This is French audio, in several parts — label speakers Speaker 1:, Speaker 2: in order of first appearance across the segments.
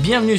Speaker 1: Bienvenue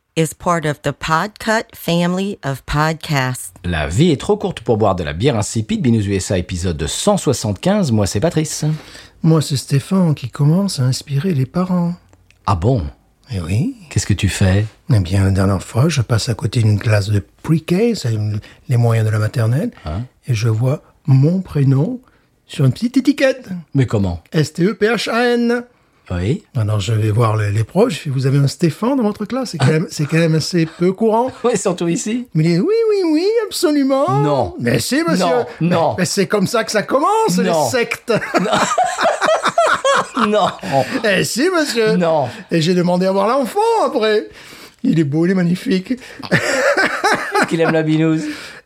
Speaker 2: is part of the Podcut family of podcasts.
Speaker 1: La vie est trop courte pour boire de la bière insipide. Binous USA épisode 175. Moi, c'est Patrice.
Speaker 3: Moi, c'est Stéphane qui commence à inspirer les parents.
Speaker 1: Ah bon
Speaker 3: Eh oui.
Speaker 1: Qu'est-ce que tu fais
Speaker 3: Eh bien, la dernière fois, je passe à côté d'une classe de pre-K, c'est les moyens de la maternelle, et je vois mon prénom sur une petite étiquette. E
Speaker 1: Mais comment
Speaker 3: S-T-E-P-H-A-N.
Speaker 1: Oui.
Speaker 3: Alors, je vais voir les, les proches, je fais, vous avez un Stéphane dans votre classe, c'est quand, même- c'est quand même assez peu courant.
Speaker 1: Oui, surtout ici.
Speaker 3: Il me dit, oui, oui, oui, absolument.
Speaker 1: Non.
Speaker 3: Mais si, monsieur.
Speaker 1: Non, non.
Speaker 3: Mais, mais c'est comme ça que ça commence,
Speaker 1: Non.
Speaker 3: les sectes.
Speaker 1: Non.
Speaker 3: Eh si, monsieur
Speaker 1: Non.
Speaker 3: Et j'ai demandé à voir l'enfant après Il est beau, il est magnifique
Speaker 1: Qu'il aime la binouse.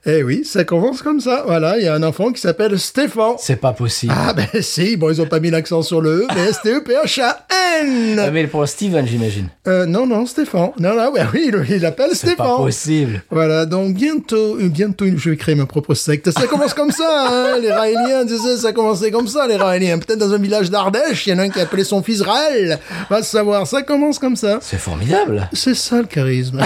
Speaker 3: Eh oui, ça commence comme ça. Voilà, il y a un enfant qui s'appelle Stéphane.
Speaker 1: C'est pas possible.
Speaker 3: Ah ben si, bon, ils ont pas mis l'accent sur le E, mais S-T-E-P-H-A-N
Speaker 1: Mais pour Steven, j'imagine.
Speaker 3: euh, Non, non, Stéphane. Non, non, ouais, oui, il- il l'appelle
Speaker 1: C'est pas
Speaker 3: Stéphane.
Speaker 1: possible.
Speaker 3: Voilà, donc bientôt, euh, bientôt, je vais créer ma propre secte. Ça commence comme ça, hein, les Raéliens, tu sais, ça commençait comme ça, les Raéliens. Peut-être dans un village d'Ardèche, il y en a un qui appelait son fils Raël. Va savoir, ça commence comme ça.
Speaker 1: C'est formidable.
Speaker 3: C'est ça le charisme.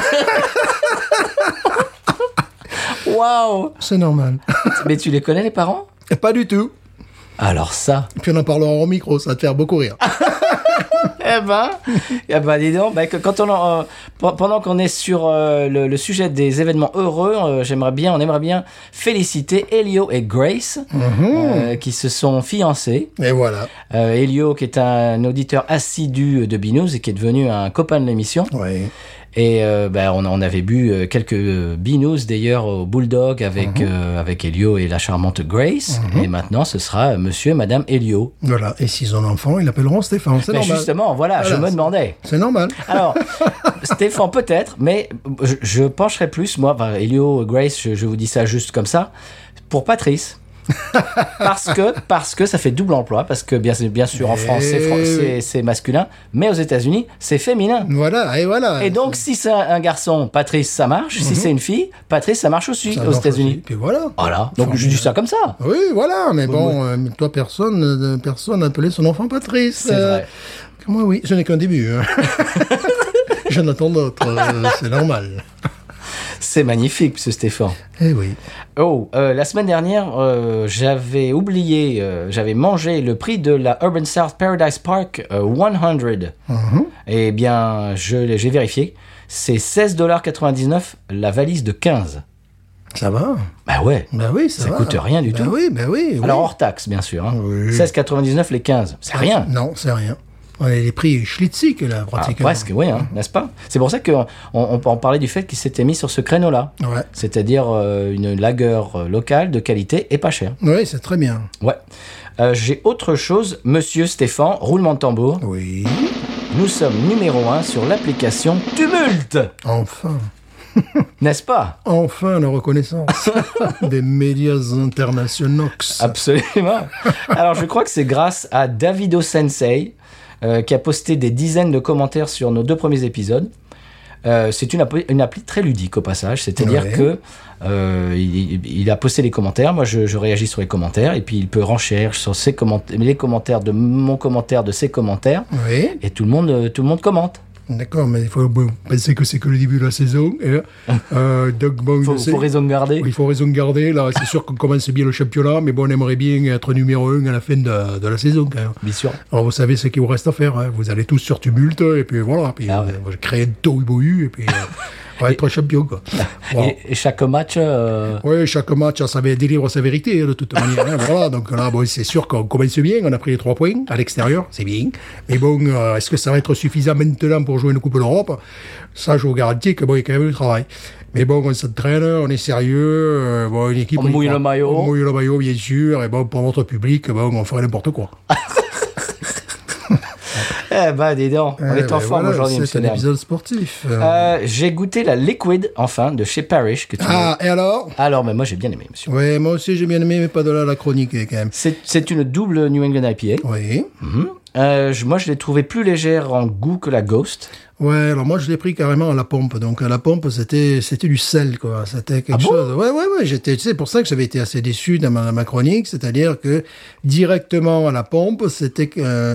Speaker 1: Waouh
Speaker 3: C'est normal.
Speaker 1: Mais tu les connais les parents
Speaker 3: Et Pas du tout.
Speaker 1: Alors ça.
Speaker 3: Puis on en parlera en micro, ça va te faire beaucoup rire.
Speaker 1: Ah. Eh ben, eh ben dis donc, ben, que- quand on en- euh, pe- pendant qu'on est sur euh, le, le sujet des événements heureux, euh, j'aimerais bien, on aimerait bien féliciter Elio et Grace euh, qui se sont fiancés.
Speaker 3: Et voilà.
Speaker 1: Euh, Elio qui est un auditeur assidu de Binous et qui est devenu un copain de l'émission.
Speaker 3: Oui.
Speaker 1: Et euh, ben, on, on avait bu euh, quelques euh, binous d'ailleurs au Bulldog avec, euh, avec Elio et la charmante Grace. Et maintenant, ce sera euh, monsieur et madame Elio.
Speaker 3: Voilà. Et s'ils ont un enfant, ils l'appelleront Stéphane. C'est
Speaker 1: Mais
Speaker 3: normal.
Speaker 1: Bah, justement, voilà, je
Speaker 3: Voilà,
Speaker 1: me
Speaker 3: c'est-
Speaker 1: demandais.
Speaker 3: C'est normal.
Speaker 1: Alors, Stéphane peut-être, mais je, je pencherai plus, moi, enfin, Elio, Grace, je, je vous dis ça juste comme ça, pour Patrice. parce que parce que ça fait double emploi parce que bien bien sûr en
Speaker 3: Eh
Speaker 1: France c'est fran-
Speaker 3: oui.
Speaker 1: c'est- c'est masculin mais aux États-Unis c'est féminin
Speaker 3: Voilà, et voilà.
Speaker 1: Et donc, si c'est un garçon, Patrice, ça marche. Si c'est une fille, Patrice, ça marche aussi
Speaker 3: Mhm. Ça
Speaker 1: aux
Speaker 3: marche aussi.
Speaker 1: États-Unis.
Speaker 3: Puis voilà.
Speaker 1: Voilà. Donc, je dis ça comme ça.
Speaker 3: Oui, voilà. Mais bon, euh, mais toi, personne euh, personne n'a appelé son enfant Patrice.
Speaker 1: C'est
Speaker 3: Euh,
Speaker 1: vrai.
Speaker 3: Moi, oui. Ce n'est qu'un début. hein. J'en attends d'autres. euh, C'est normal.
Speaker 1: C'est magnifique, ce Stéphane.
Speaker 3: Eh oui.
Speaker 1: Oh, euh, la semaine dernière, euh, j'avais oublié, euh, j'avais mangé le prix de la Urban South Paradise Park euh, 100.
Speaker 3: Mhm.
Speaker 1: Eh bien, je l'ai- j'ai vérifié. C'est 16,99$ la valise de 15.
Speaker 3: Ça va
Speaker 1: Bah ouais.
Speaker 3: Ben oui, ça,
Speaker 1: Ça
Speaker 3: va.
Speaker 1: coûte rien du
Speaker 3: Ben
Speaker 1: tout.
Speaker 3: oui, ben oui. oui.
Speaker 1: Alors, hors taxe, bien sûr. hein.
Speaker 3: Oui. Ah,
Speaker 1: 16,99$ les 15. C'est rien.
Speaker 3: Non, c'est rien. On a les prix schlitziques, là,
Speaker 1: Ah,
Speaker 3: pratiquement.
Speaker 1: presque, oui, hein, n'est-ce pas C'est pour ça qu'on on, on parlait du fait qu'il s'était mis sur ce créneau-là.
Speaker 3: Ouais.
Speaker 1: C'est-à-dire euh, une lagueur euh, locale de qualité et pas chère.
Speaker 3: Oui, c'est très bien.
Speaker 1: Ouais. Euh, J'ai autre chose, monsieur Stéphane, roulement de tambour.
Speaker 3: Oui.
Speaker 1: Nous sommes numéro un sur l'application Tumulte,
Speaker 3: Enfin.
Speaker 1: n'est-ce pas
Speaker 3: Enfin la reconnaissance des médias internationaux.
Speaker 1: Ah Absolument. Alors je crois que c'est grâce à Davido Sensei euh, qui a posté des dizaines de commentaires sur nos deux premiers épisodes. Euh, c'est une, appli- une appli très ludique au passage, c'est-à-dire
Speaker 3: Ouais.
Speaker 1: que euh, il, il a posté les commentaires, moi je, je réagis sur les commentaires et puis il peut renchérir sur ses commentaires, les commentaires de mon commentaire, de ses commentaires
Speaker 3: Oui,
Speaker 1: et tout le monde, euh, tout le monde commente.
Speaker 3: d'accord, mais il faut bon, penser que c'est que le début de la saison. Et, euh, donc, bon,
Speaker 1: Faut,
Speaker 3: c'est-
Speaker 1: faut raison garder.
Speaker 3: il faut raison garder. Là, c'est sûr qu'on commence bien le championnat, mais bon, on aimerait bien être numéro un à la fin de, de la saison. Quand même.
Speaker 1: Bien sûr.
Speaker 3: Alors, vous savez ce qu'il vous reste à faire. hein. Vous allez tous sur Tumulte, et puis voilà. Puis,
Speaker 1: Ah ouais.
Speaker 3: euh, créer un tohu et puis euh, on va être champion. Quoi. Voilà.
Speaker 1: Et, et chaque match, euh,
Speaker 3: Oui, chaque match a sa, délivre sa vérité, hein, de toute manière. hein, voilà, donc là, bon, c'est sûr qu'on commence bien, on a pris les trois points à l'extérieur, c'est bien. Mais bon, euh, est-ce que ça va être suffisant maintenant pour jouer une Coupe d'Europe Ça, je vous garantis que bon, il y a quand même du travail. Mais bon, on s'entraîne, on est sérieux, euh, bon, une équipe...
Speaker 1: On mouille
Speaker 3: y croit.
Speaker 1: le maillot.
Speaker 3: On mouille le maillot, bien sûr, et bon, pour notre public, bon, on ferait n'importe quoi.
Speaker 1: eh Eh ben, dis donc, on
Speaker 3: Eh
Speaker 1: est en
Speaker 3: ben
Speaker 1: forme
Speaker 3: voilà,
Speaker 1: aujourd'hui,
Speaker 3: C'est
Speaker 1: monsieur
Speaker 3: un
Speaker 1: Lherm.
Speaker 3: épisode sportif. Euh,
Speaker 1: Euh, j'ai goûté la liquid, enfin, de chez Parrish. Que tu
Speaker 3: Ah, et alors
Speaker 1: veux. Alors, mais moi, j'ai bien aimé, monsieur.
Speaker 3: Oui, moi aussi j'ai bien aimé, mais pas de là la chronique quand même.
Speaker 1: C'est c'est une double New England IPA.
Speaker 3: Oui.
Speaker 1: Mhm. Euh, je- moi, je l'ai trouvée plus légère en goût que la Ghost.
Speaker 3: Ouais, alors moi je l'ai pris carrément à la pompe. Donc à la pompe, c'était c'était du sel quoi, c'était quelque
Speaker 1: Ah bon
Speaker 3: chose. ouais ouais ouais, j'étais c'est pour ça que j'avais été assez déçu dans ma, ma chronique, c'est-à-dire que directement à la pompe, c'était euh,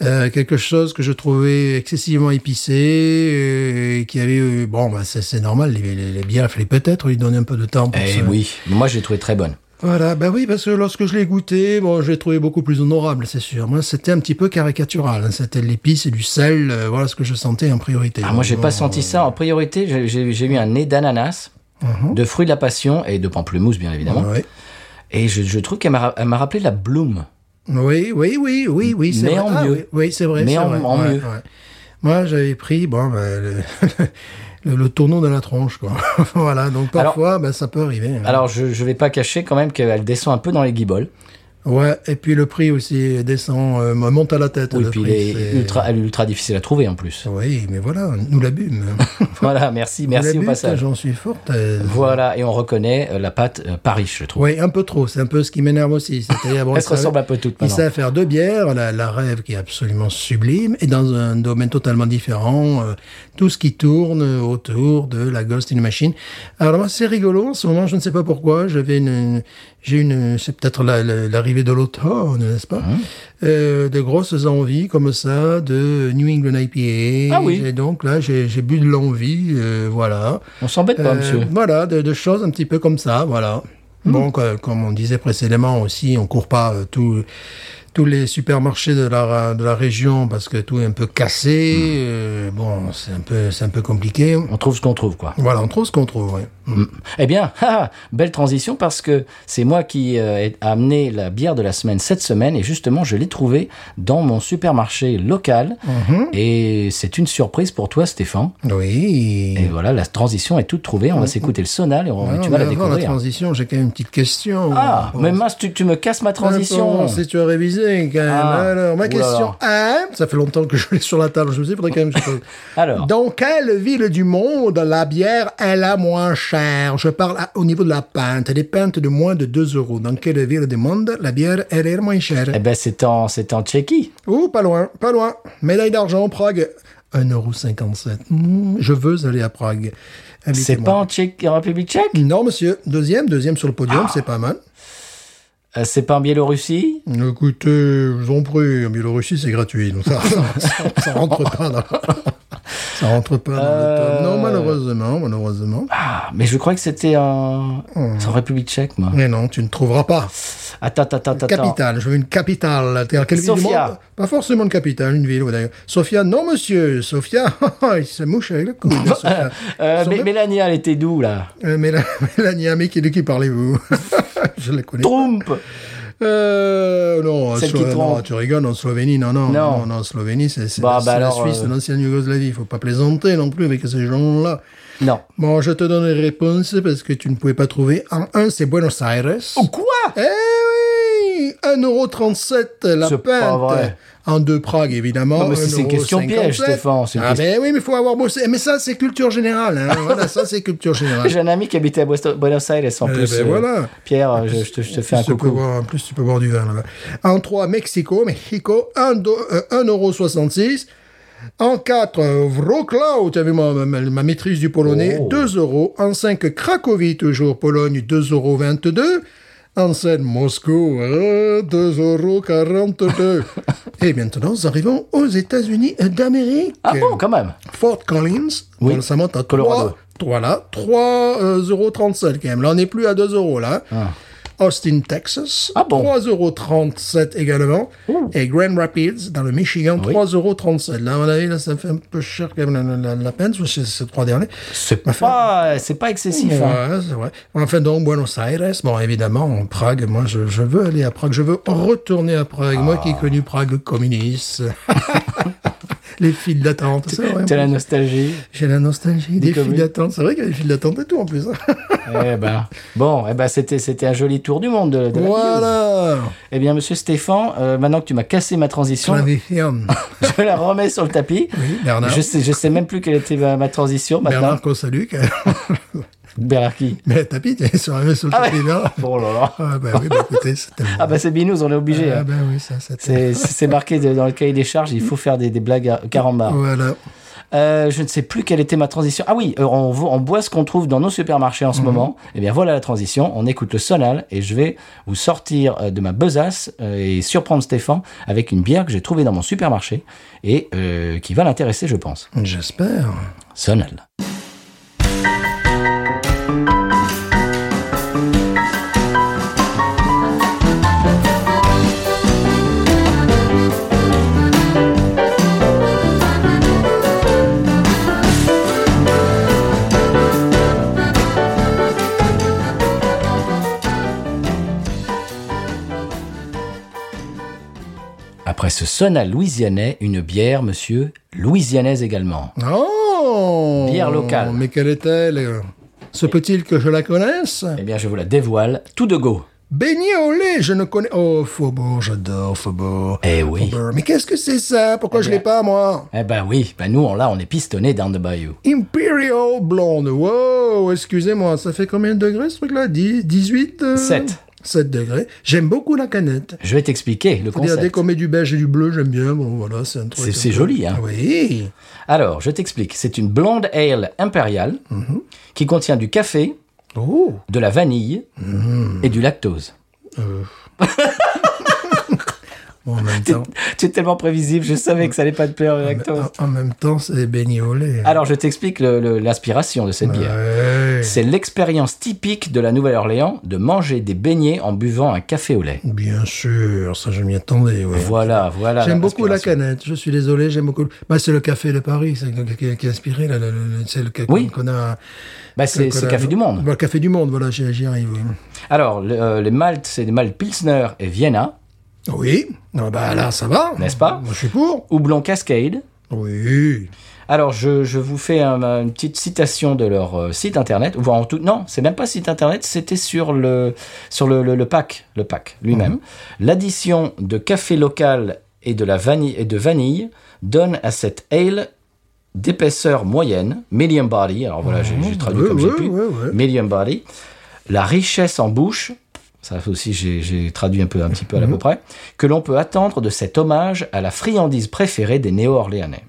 Speaker 3: euh, quelque chose que je trouvais excessivement épicé et qui avait euh, bon bah c'est c'est normal les, les, les bières fallait peut-être lui donner un peu de temps pour
Speaker 1: Eh
Speaker 3: se-
Speaker 1: oui, mais moi, je l'ai trouvée très bonne.
Speaker 3: Voilà, bah oui, parce que lorsque je l'ai goûté, bon, je l'ai trouvé beaucoup plus honorable, c'est sûr. Moi, c'était un petit peu caricatural. hein. C'était de l'épice et du sel, euh, voilà ce que je sentais en priorité.
Speaker 1: Ah, moi, j'ai
Speaker 3: Donc,
Speaker 1: pas
Speaker 3: bon,
Speaker 1: senti ça. En priorité, j'ai- j'ai j'ai eu un nez d'ananas, de fruits de la passion et de pamplemousse, bien évidemment.
Speaker 3: Mhm. ouais.
Speaker 1: Et je, je trouve qu'elle m'a ra- elle m'a rappelé la Bloom.
Speaker 3: Oui, oui, oui, oui, oui, c'est
Speaker 1: Mais
Speaker 3: vrai.
Speaker 1: en
Speaker 3: Ah,
Speaker 1: mieux.
Speaker 3: Oui, oui, c'est vrai.
Speaker 1: Mais
Speaker 3: c'est
Speaker 1: en-
Speaker 3: vrai.
Speaker 1: en
Speaker 3: Ouais,
Speaker 1: mieux.
Speaker 3: ouais. Moi, j'avais pris, bon, bah, le, le, le tournon de la tronche, quoi. voilà, donc
Speaker 1: Alors-
Speaker 3: parfois, bah, ça peut arriver. hein.
Speaker 1: Alors, je, je vais pas cacher quand même qu'elle descend un peu dans les guiboles.
Speaker 3: Ouais, et puis le prix aussi descend, euh, monte à la tête.
Speaker 1: Oui,
Speaker 3: le
Speaker 1: puis il
Speaker 3: prix,
Speaker 1: est
Speaker 3: c'est-
Speaker 1: ultra, elle est ultra difficile à trouver en plus.
Speaker 3: Oui, mais voilà, nous la bûmes.
Speaker 1: voilà, merci,
Speaker 3: Nous la
Speaker 1: merci au
Speaker 3: bûmes,
Speaker 1: passage.
Speaker 3: J'en suis forte. euh,
Speaker 1: Voilà, et on reconnaît euh, la pâte euh, Paris, je trouve.
Speaker 3: Oui, un peu trop. C'est un peu ce qui m'énerve aussi. C'est-à-dire, bon,
Speaker 1: Elle se
Speaker 3: ça-
Speaker 1: ressemble un peu toutes
Speaker 3: Il
Speaker 1: maintenant.
Speaker 3: sait faire deux bières, la, la rêve qui est absolument sublime, et dans un domaine totalement différent, euh, tout ce qui tourne autour de la Ghost in the Machine. Alors moi, c'est rigolo. En ce moment, je ne sais pas pourquoi, j'avais une, j'ai une, c'est peut-être la- la- l'arrivée de l'automne, n'est-ce pas
Speaker 1: Hein?
Speaker 3: Euh, De grosses envies comme ça de New England IPA.
Speaker 1: Ah oui.
Speaker 3: Et donc là, j'ai j'ai bu de l'envie, euh, voilà.
Speaker 1: On s'embête pas,
Speaker 3: Euh,
Speaker 1: monsieur. Hmm.
Speaker 3: Voilà, de, de choses un petit peu comme ça, voilà. Bon, co- comme on disait précédemment aussi, on court pas euh, tout- tous les supermarchés de la, ra- de la région parce que tout est un peu cassé.
Speaker 1: Hmm.
Speaker 3: euh, bon, c'est un peu, c'est un peu compliqué.
Speaker 1: On trouve ce qu'on trouve, quoi.
Speaker 3: Voilà, on trouve ce qu'on trouve. ouais.
Speaker 1: Eh bien, ah, belle transition parce que c'est moi qui euh, ai amené la bière de la semaine cette semaine et justement je l'ai trouvée dans mon supermarché local
Speaker 3: Mhm.
Speaker 1: et c'est une surprise pour toi Stéphane.
Speaker 3: Oui.
Speaker 1: Et voilà, la transition est toute trouvée, on
Speaker 3: Mhm.
Speaker 1: va s'écouter le sonal et on,
Speaker 3: Non,
Speaker 1: tu
Speaker 3: mais
Speaker 1: vas la
Speaker 3: avant la
Speaker 1: découvrir.
Speaker 3: transition, j'ai quand même une petite question.
Speaker 1: ah,
Speaker 3: Bon,
Speaker 1: mais mince, tu, tu me casses ma transition.
Speaker 3: Attends, si tu as révisé quand même.
Speaker 1: Ah.
Speaker 3: Alors, ma
Speaker 1: Ouh là
Speaker 3: question
Speaker 1: là.
Speaker 3: hein, ça fait longtemps que je l'ai sur la table, je me suis dit, faudrait quand même que je pose.
Speaker 1: Alors.
Speaker 3: Dans quelle ville du monde la bière est la moins chère Je parle à- au niveau de la pinte, des pintes de moins de 2 euros. Dans quelle ville du monde la bière elle est la moins chère
Speaker 1: Eh ben c'est en, c'est en Tchéquie.
Speaker 3: Oh, pas loin, pas loin. Médaille d'argent, Prague. 1,57€. Mmh, je veux aller à Prague.
Speaker 1: C'est
Speaker 3: Invitez-moi.
Speaker 1: pas en, Tchéquie, en Ah. République tchèque
Speaker 3: Non, monsieur. Deuxième, deuxième sur le podium, c'est pas mal.
Speaker 1: Euh, C'est pas en Biélorussie
Speaker 3: Écoutez, je vous en prie, en Biélorussie, c'est gratuit. Donc ça, ça, ça- ça rentre pas dans, ça rentre pas dans
Speaker 1: Euh.
Speaker 3: le top. Non, malheureusement, malheureusement.
Speaker 1: Ah, mais je crois que c'était en, c'est en République tchèque, moi.
Speaker 3: Mais non, tu ne trouveras pas.
Speaker 1: Attends, attends, attends, attends.
Speaker 3: Capitale, je veux une capitale. T'es à quelle ville du
Speaker 1: Sofia.
Speaker 3: monde Pas forcément une capitale, une ville, ouais, d'ailleurs. Sofia, non, monsieur. Sofia, oh, il se mouche avec le coude. Sofia.
Speaker 1: Euh,
Speaker 3: Ils sont
Speaker 1: Mé-
Speaker 3: même-
Speaker 1: Mélania, elle était d'où, là
Speaker 3: Euh, Méla- Mélanie, Ami, qui- de qui parlez-vous Je la connais.
Speaker 1: Trump
Speaker 3: Euh, non,
Speaker 1: Celle
Speaker 3: Slo-
Speaker 1: qui trompe.
Speaker 3: non, tu rigoles, en Slovénie, non, non, non,
Speaker 1: Non.
Speaker 3: non, en Slovénie, c'est c'est
Speaker 1: Bah,
Speaker 3: la,
Speaker 1: bah
Speaker 3: c'est la
Speaker 1: alors,
Speaker 3: Suisse,
Speaker 1: euh,
Speaker 3: c'est l'ancienne Yougoslavie, il faut pas plaisanter non plus avec ces gens-là.
Speaker 1: Non.
Speaker 3: Bon, je te donne les réponses parce que tu ne pouvais pas trouver. En un, c'est Buenos Aires.
Speaker 1: quoi
Speaker 3: Eh oui 1,37€ la
Speaker 1: C'est
Speaker 3: pinte.
Speaker 1: pas vrai.
Speaker 3: En deux Prague, évidemment.
Speaker 1: Non, mais c'est- c'est une question piège,
Speaker 3: 1,57.
Speaker 1: Stéphane, c'est une
Speaker 3: Ah,
Speaker 1: question-
Speaker 3: ben oui, mais il faut avoir bossé. Mais ça, c'est culture générale. Hein. voilà, ça, c'est culture générale.
Speaker 1: J'ai un ami qui habitait à Bosto- Buenos Aires en
Speaker 3: Eh
Speaker 1: plus.
Speaker 3: ben,
Speaker 1: euh,
Speaker 3: voilà.
Speaker 1: Pierre, euh, je, je te, je te fais un
Speaker 3: Tu peux
Speaker 1: coucou.
Speaker 3: boire- en plus, tu peux boire du vin là-bas. En 3, Mexico. Mexico, euh, 1,66€. En 4, Wrocław. Tu as vu ma, ma- ma maîtrise du polonais.
Speaker 1: Oh.
Speaker 3: 2 euros. En 5, Cracovie, toujours Pologne, 2,22€. En 7, Moscou, euh, 2,42€. Et maintenant, nous arrivons aux États-Unis d'Amérique.
Speaker 1: Ah bon, quand même
Speaker 3: Fort Collins,
Speaker 1: Oui.
Speaker 3: bon, ça monte à
Speaker 1: Colorado.
Speaker 3: 3, 3 là, 3 euh, 0,37 quand même. Là, on n'est plus à 2 euros là. Austin, Texas,
Speaker 1: Ah bon
Speaker 3: 3,37 également. Et Grand Rapids, dans le Michigan,
Speaker 1: Oui.
Speaker 3: 3,37 Là, à mon avis, là, ça fait un peu cher quand même la, la- la peine, parce que ces trois derniers.
Speaker 1: C'est
Speaker 3: Enfin,
Speaker 1: pas, Ah, c'est pas excessif. hein.
Speaker 3: Ouais, c'est vrai. Enfin, donc, Buenos Aires, bon, évidemment, Prague, moi, je, je veux aller à
Speaker 1: Ah.
Speaker 3: Prague, je veux retourner à Prague, moi qui ai connu Prague communiste. les files d'attente. c'est vrai.
Speaker 1: T'as la nostalgie.
Speaker 3: J'ai la nostalgie des
Speaker 1: Nicolas.
Speaker 3: files d'attente. C'est vrai qu'il y a des files d'attente et tout en plus. hein.
Speaker 1: eh ben, bon, eh ben, c'était, c'était un joli tour du monde. De, de la news.
Speaker 3: voilà.
Speaker 1: Eh bien, monsieur Stéphane, euh, maintenant que tu m'as cassé ma
Speaker 3: On
Speaker 1: transition,
Speaker 3: l'avait fait. hein.
Speaker 1: Ah, je la remets sur le tapis.
Speaker 3: Oui, Bernard.
Speaker 1: Je sais, je sais même plus quelle était ma, ma transition maintenant.
Speaker 3: Bernard qu'on salue. que-
Speaker 1: Bernard qui
Speaker 3: Mais tapis, tu es sur un sur le
Speaker 1: Ah ouais.
Speaker 3: tapis Bernard.
Speaker 1: Oh là là.
Speaker 3: Ah bah oui, bah écoutez, c'est tellement.
Speaker 1: Ah bah c'est Binous, on est obligé.
Speaker 3: Ah
Speaker 1: hein.
Speaker 3: bah oui, ça, ça
Speaker 1: C'est-
Speaker 3: tellement-
Speaker 1: C'est marqué de- dans le cahier des charges, il faut faire des, des blagues à- carambars.
Speaker 3: Voilà.
Speaker 1: Euh, je ne sais plus quelle était ma transition. Ah oui, euh, on, vo- on boit ce qu'on trouve dans nos supermarchés
Speaker 3: Mhm.
Speaker 1: en ce moment. Eh bien voilà la transition, on écoute le sonal et je vais vous sortir euh, de ma besace euh, et surprendre Stéphane avec une bière que j'ai trouvée dans mon supermarché et euh, qui va l'intéresser je pense.
Speaker 3: J'espère.
Speaker 1: Sonal. Après ce sonal louisianais, une bière, monsieur, louisianaise également.
Speaker 3: Oh
Speaker 1: Bière locale.
Speaker 3: Mais quelle est-elle euh Se peut-il que je la connaisse
Speaker 1: Eh bien, je vous la dévoile tout de go.
Speaker 3: Beignet au lait, je ne connais. Oh, Faubourg, j'adore Faubourg.
Speaker 1: Eh oui.
Speaker 3: Faubourg. Mais qu'est-ce que c'est ça Pourquoi je l'ai pas, moi
Speaker 1: Eh ben oui, ben nous, on l'a, on est pistonné down the bayou.
Speaker 3: Imperial Blonde. Wow, excusez-moi, ça fait combien de degrés ce truc-là 10, 18 euh,
Speaker 1: Sept.
Speaker 3: 7 degrés. J'aime beaucoup la canette.
Speaker 1: Je vais t'expliquer le
Speaker 3: C'est-à-dire, dès
Speaker 1: concept.
Speaker 3: qu'on met du beige et du bleu, j'aime bien. Bon, voilà, c'est un truc.
Speaker 1: C'est-
Speaker 3: un
Speaker 1: c'est
Speaker 3: peu-
Speaker 1: joli, hein.
Speaker 3: Oui.
Speaker 1: Alors, je t'explique. C'est une blonde ale impériale
Speaker 3: Mhm.
Speaker 1: qui contient du café,
Speaker 3: Oh.
Speaker 1: de la vanille
Speaker 3: Mhm.
Speaker 1: et du lactose.
Speaker 3: Bon, en même temps,
Speaker 1: Tu es tellement prévisible, je savais que ça allait pas te plaire le lactose.
Speaker 3: en, en même temps, c'est des beignets au lait. hein.
Speaker 1: Alors, je t'explique le- le- l'inspiration de cette bière.
Speaker 3: Ouais.
Speaker 1: C'est l'expérience typique de la Nouvelle-Orléans de manger des beignets en buvant un café au lait.
Speaker 3: Bien sûr, ça je m'y attendais. ouais.
Speaker 1: Voilà, voilà.
Speaker 3: J'aime beaucoup la
Speaker 1: l'inspiration.
Speaker 3: canette, je suis désolé, j'aime beaucoup. Bah, c'est le café de Paris c'est qui, qui- qui a inspiré, là, le- le- le- c'est le ca-
Speaker 1: Oui.
Speaker 3: qu'on a.
Speaker 1: Bah, c'est
Speaker 3: qu'on
Speaker 1: c'est
Speaker 3: a-
Speaker 1: café du monde.
Speaker 3: Bah, le café du monde, voilà, j'y j'y arrive. Oui.
Speaker 1: Alors, le- euh, les maltes, c'est des maltes Pilsner et Vienna.
Speaker 3: Oui, Ah, bah, là ça va.
Speaker 1: N'est-ce pas
Speaker 3: Moi, Je suis pour.
Speaker 1: Houblon Cascade.
Speaker 3: Oui.
Speaker 1: Alors, je, je vous fais un- une petite citation de leur euh, site internet. Ou en tout, non, c'est même pas site internet, c'était sur le, sur le, le- le pack, le pack lui-même. L'addition de café local et de, la vanille, et de vanille donne à cette ale d'épaisseur moyenne, medium body. Alors voilà, j'ai j'ai traduit
Speaker 3: Ouais,
Speaker 1: comme j'ai
Speaker 3: ouais,
Speaker 1: pu.
Speaker 3: ouais, ouais.
Speaker 1: Medium body. La richesse en bouche. Ça aussi, j'ai j'ai traduit un, peu, un petit peu à la
Speaker 3: Mhm.
Speaker 1: peu près. Que l'on peut attendre de cet hommage à la friandise préférée des Néo-Orléanais.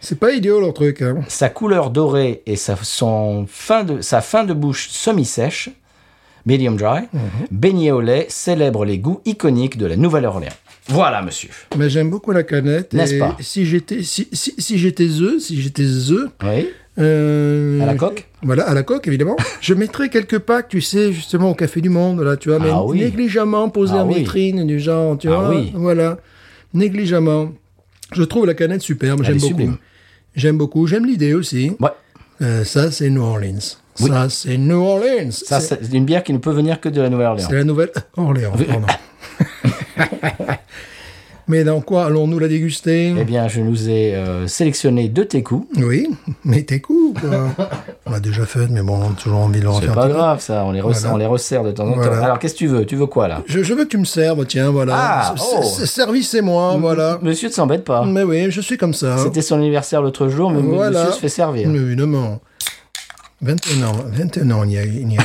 Speaker 3: C'est pas idiot leur truc. hein.
Speaker 1: Sa couleur dorée et sa, son fin de, sa fin de bouche semi-sèche, medium dry,
Speaker 3: Mhm.
Speaker 1: beignet au lait célèbre les goûts iconiques de la Nouvelle-Orléans. Voilà, monsieur.
Speaker 3: Mais j'aime beaucoup la canette.
Speaker 1: N'est-ce
Speaker 3: et
Speaker 1: pas
Speaker 3: Si j'étais si, si, si j'étais eux, si j'étais eux,
Speaker 1: Oui.
Speaker 3: Euh,
Speaker 1: À la coque
Speaker 3: Voilà, à la coque, évidemment. je mettrai quelques packs, tu sais, justement, au Café du Monde, là, tu vois, mais
Speaker 1: Ah oui.
Speaker 3: négligemment posé
Speaker 1: Ah
Speaker 3: en
Speaker 1: oui.
Speaker 3: vitrine, du genre, tu
Speaker 1: Ah
Speaker 3: vois.
Speaker 1: oui.
Speaker 3: Voilà. Négligemment. Je trouve la canette superbe, j'aime
Speaker 1: est
Speaker 3: beaucoup.
Speaker 1: sublime.
Speaker 3: J'aime beaucoup, j'aime l'idée aussi.
Speaker 1: Ouais.
Speaker 3: Euh, ça, c'est New Orleans. Ça, c'est New Orleans.
Speaker 1: Ça,
Speaker 3: c'est
Speaker 1: c'est une bière qui ne peut venir que de la Nouvelle-Orléans.
Speaker 3: c'est la nouvelle Orléans, pardon. mais dans quoi allons-nous la déguster
Speaker 1: Eh bien, je nous ai euh, sélectionné deux técous.
Speaker 3: Oui, mais t'es cool, quoi. On l'a déjà faite, mais bon, on a toujours envie de le
Speaker 1: C'est
Speaker 3: refaire. un
Speaker 1: pas
Speaker 3: petit peu.
Speaker 1: grave, ça. On les, resserre,
Speaker 3: Voilà.
Speaker 1: on les resserre de temps en temps.
Speaker 3: Voilà.
Speaker 1: Alors, qu'est-ce que tu veux Tu veux quoi, là
Speaker 3: Je, je veux que tu me serves, tiens, voilà.
Speaker 1: Ah,
Speaker 3: C-
Speaker 1: oh.
Speaker 3: c- Service et moi, voilà.
Speaker 1: Monsieur ne s'embête pas.
Speaker 3: Mais oui, je suis comme ça.
Speaker 1: C'était son anniversaire l'autre jour, mais
Speaker 3: Voilà.
Speaker 1: monsieur se fait servir.
Speaker 3: Mais évidemment. 21 ans, 21 ans, il y a, il y a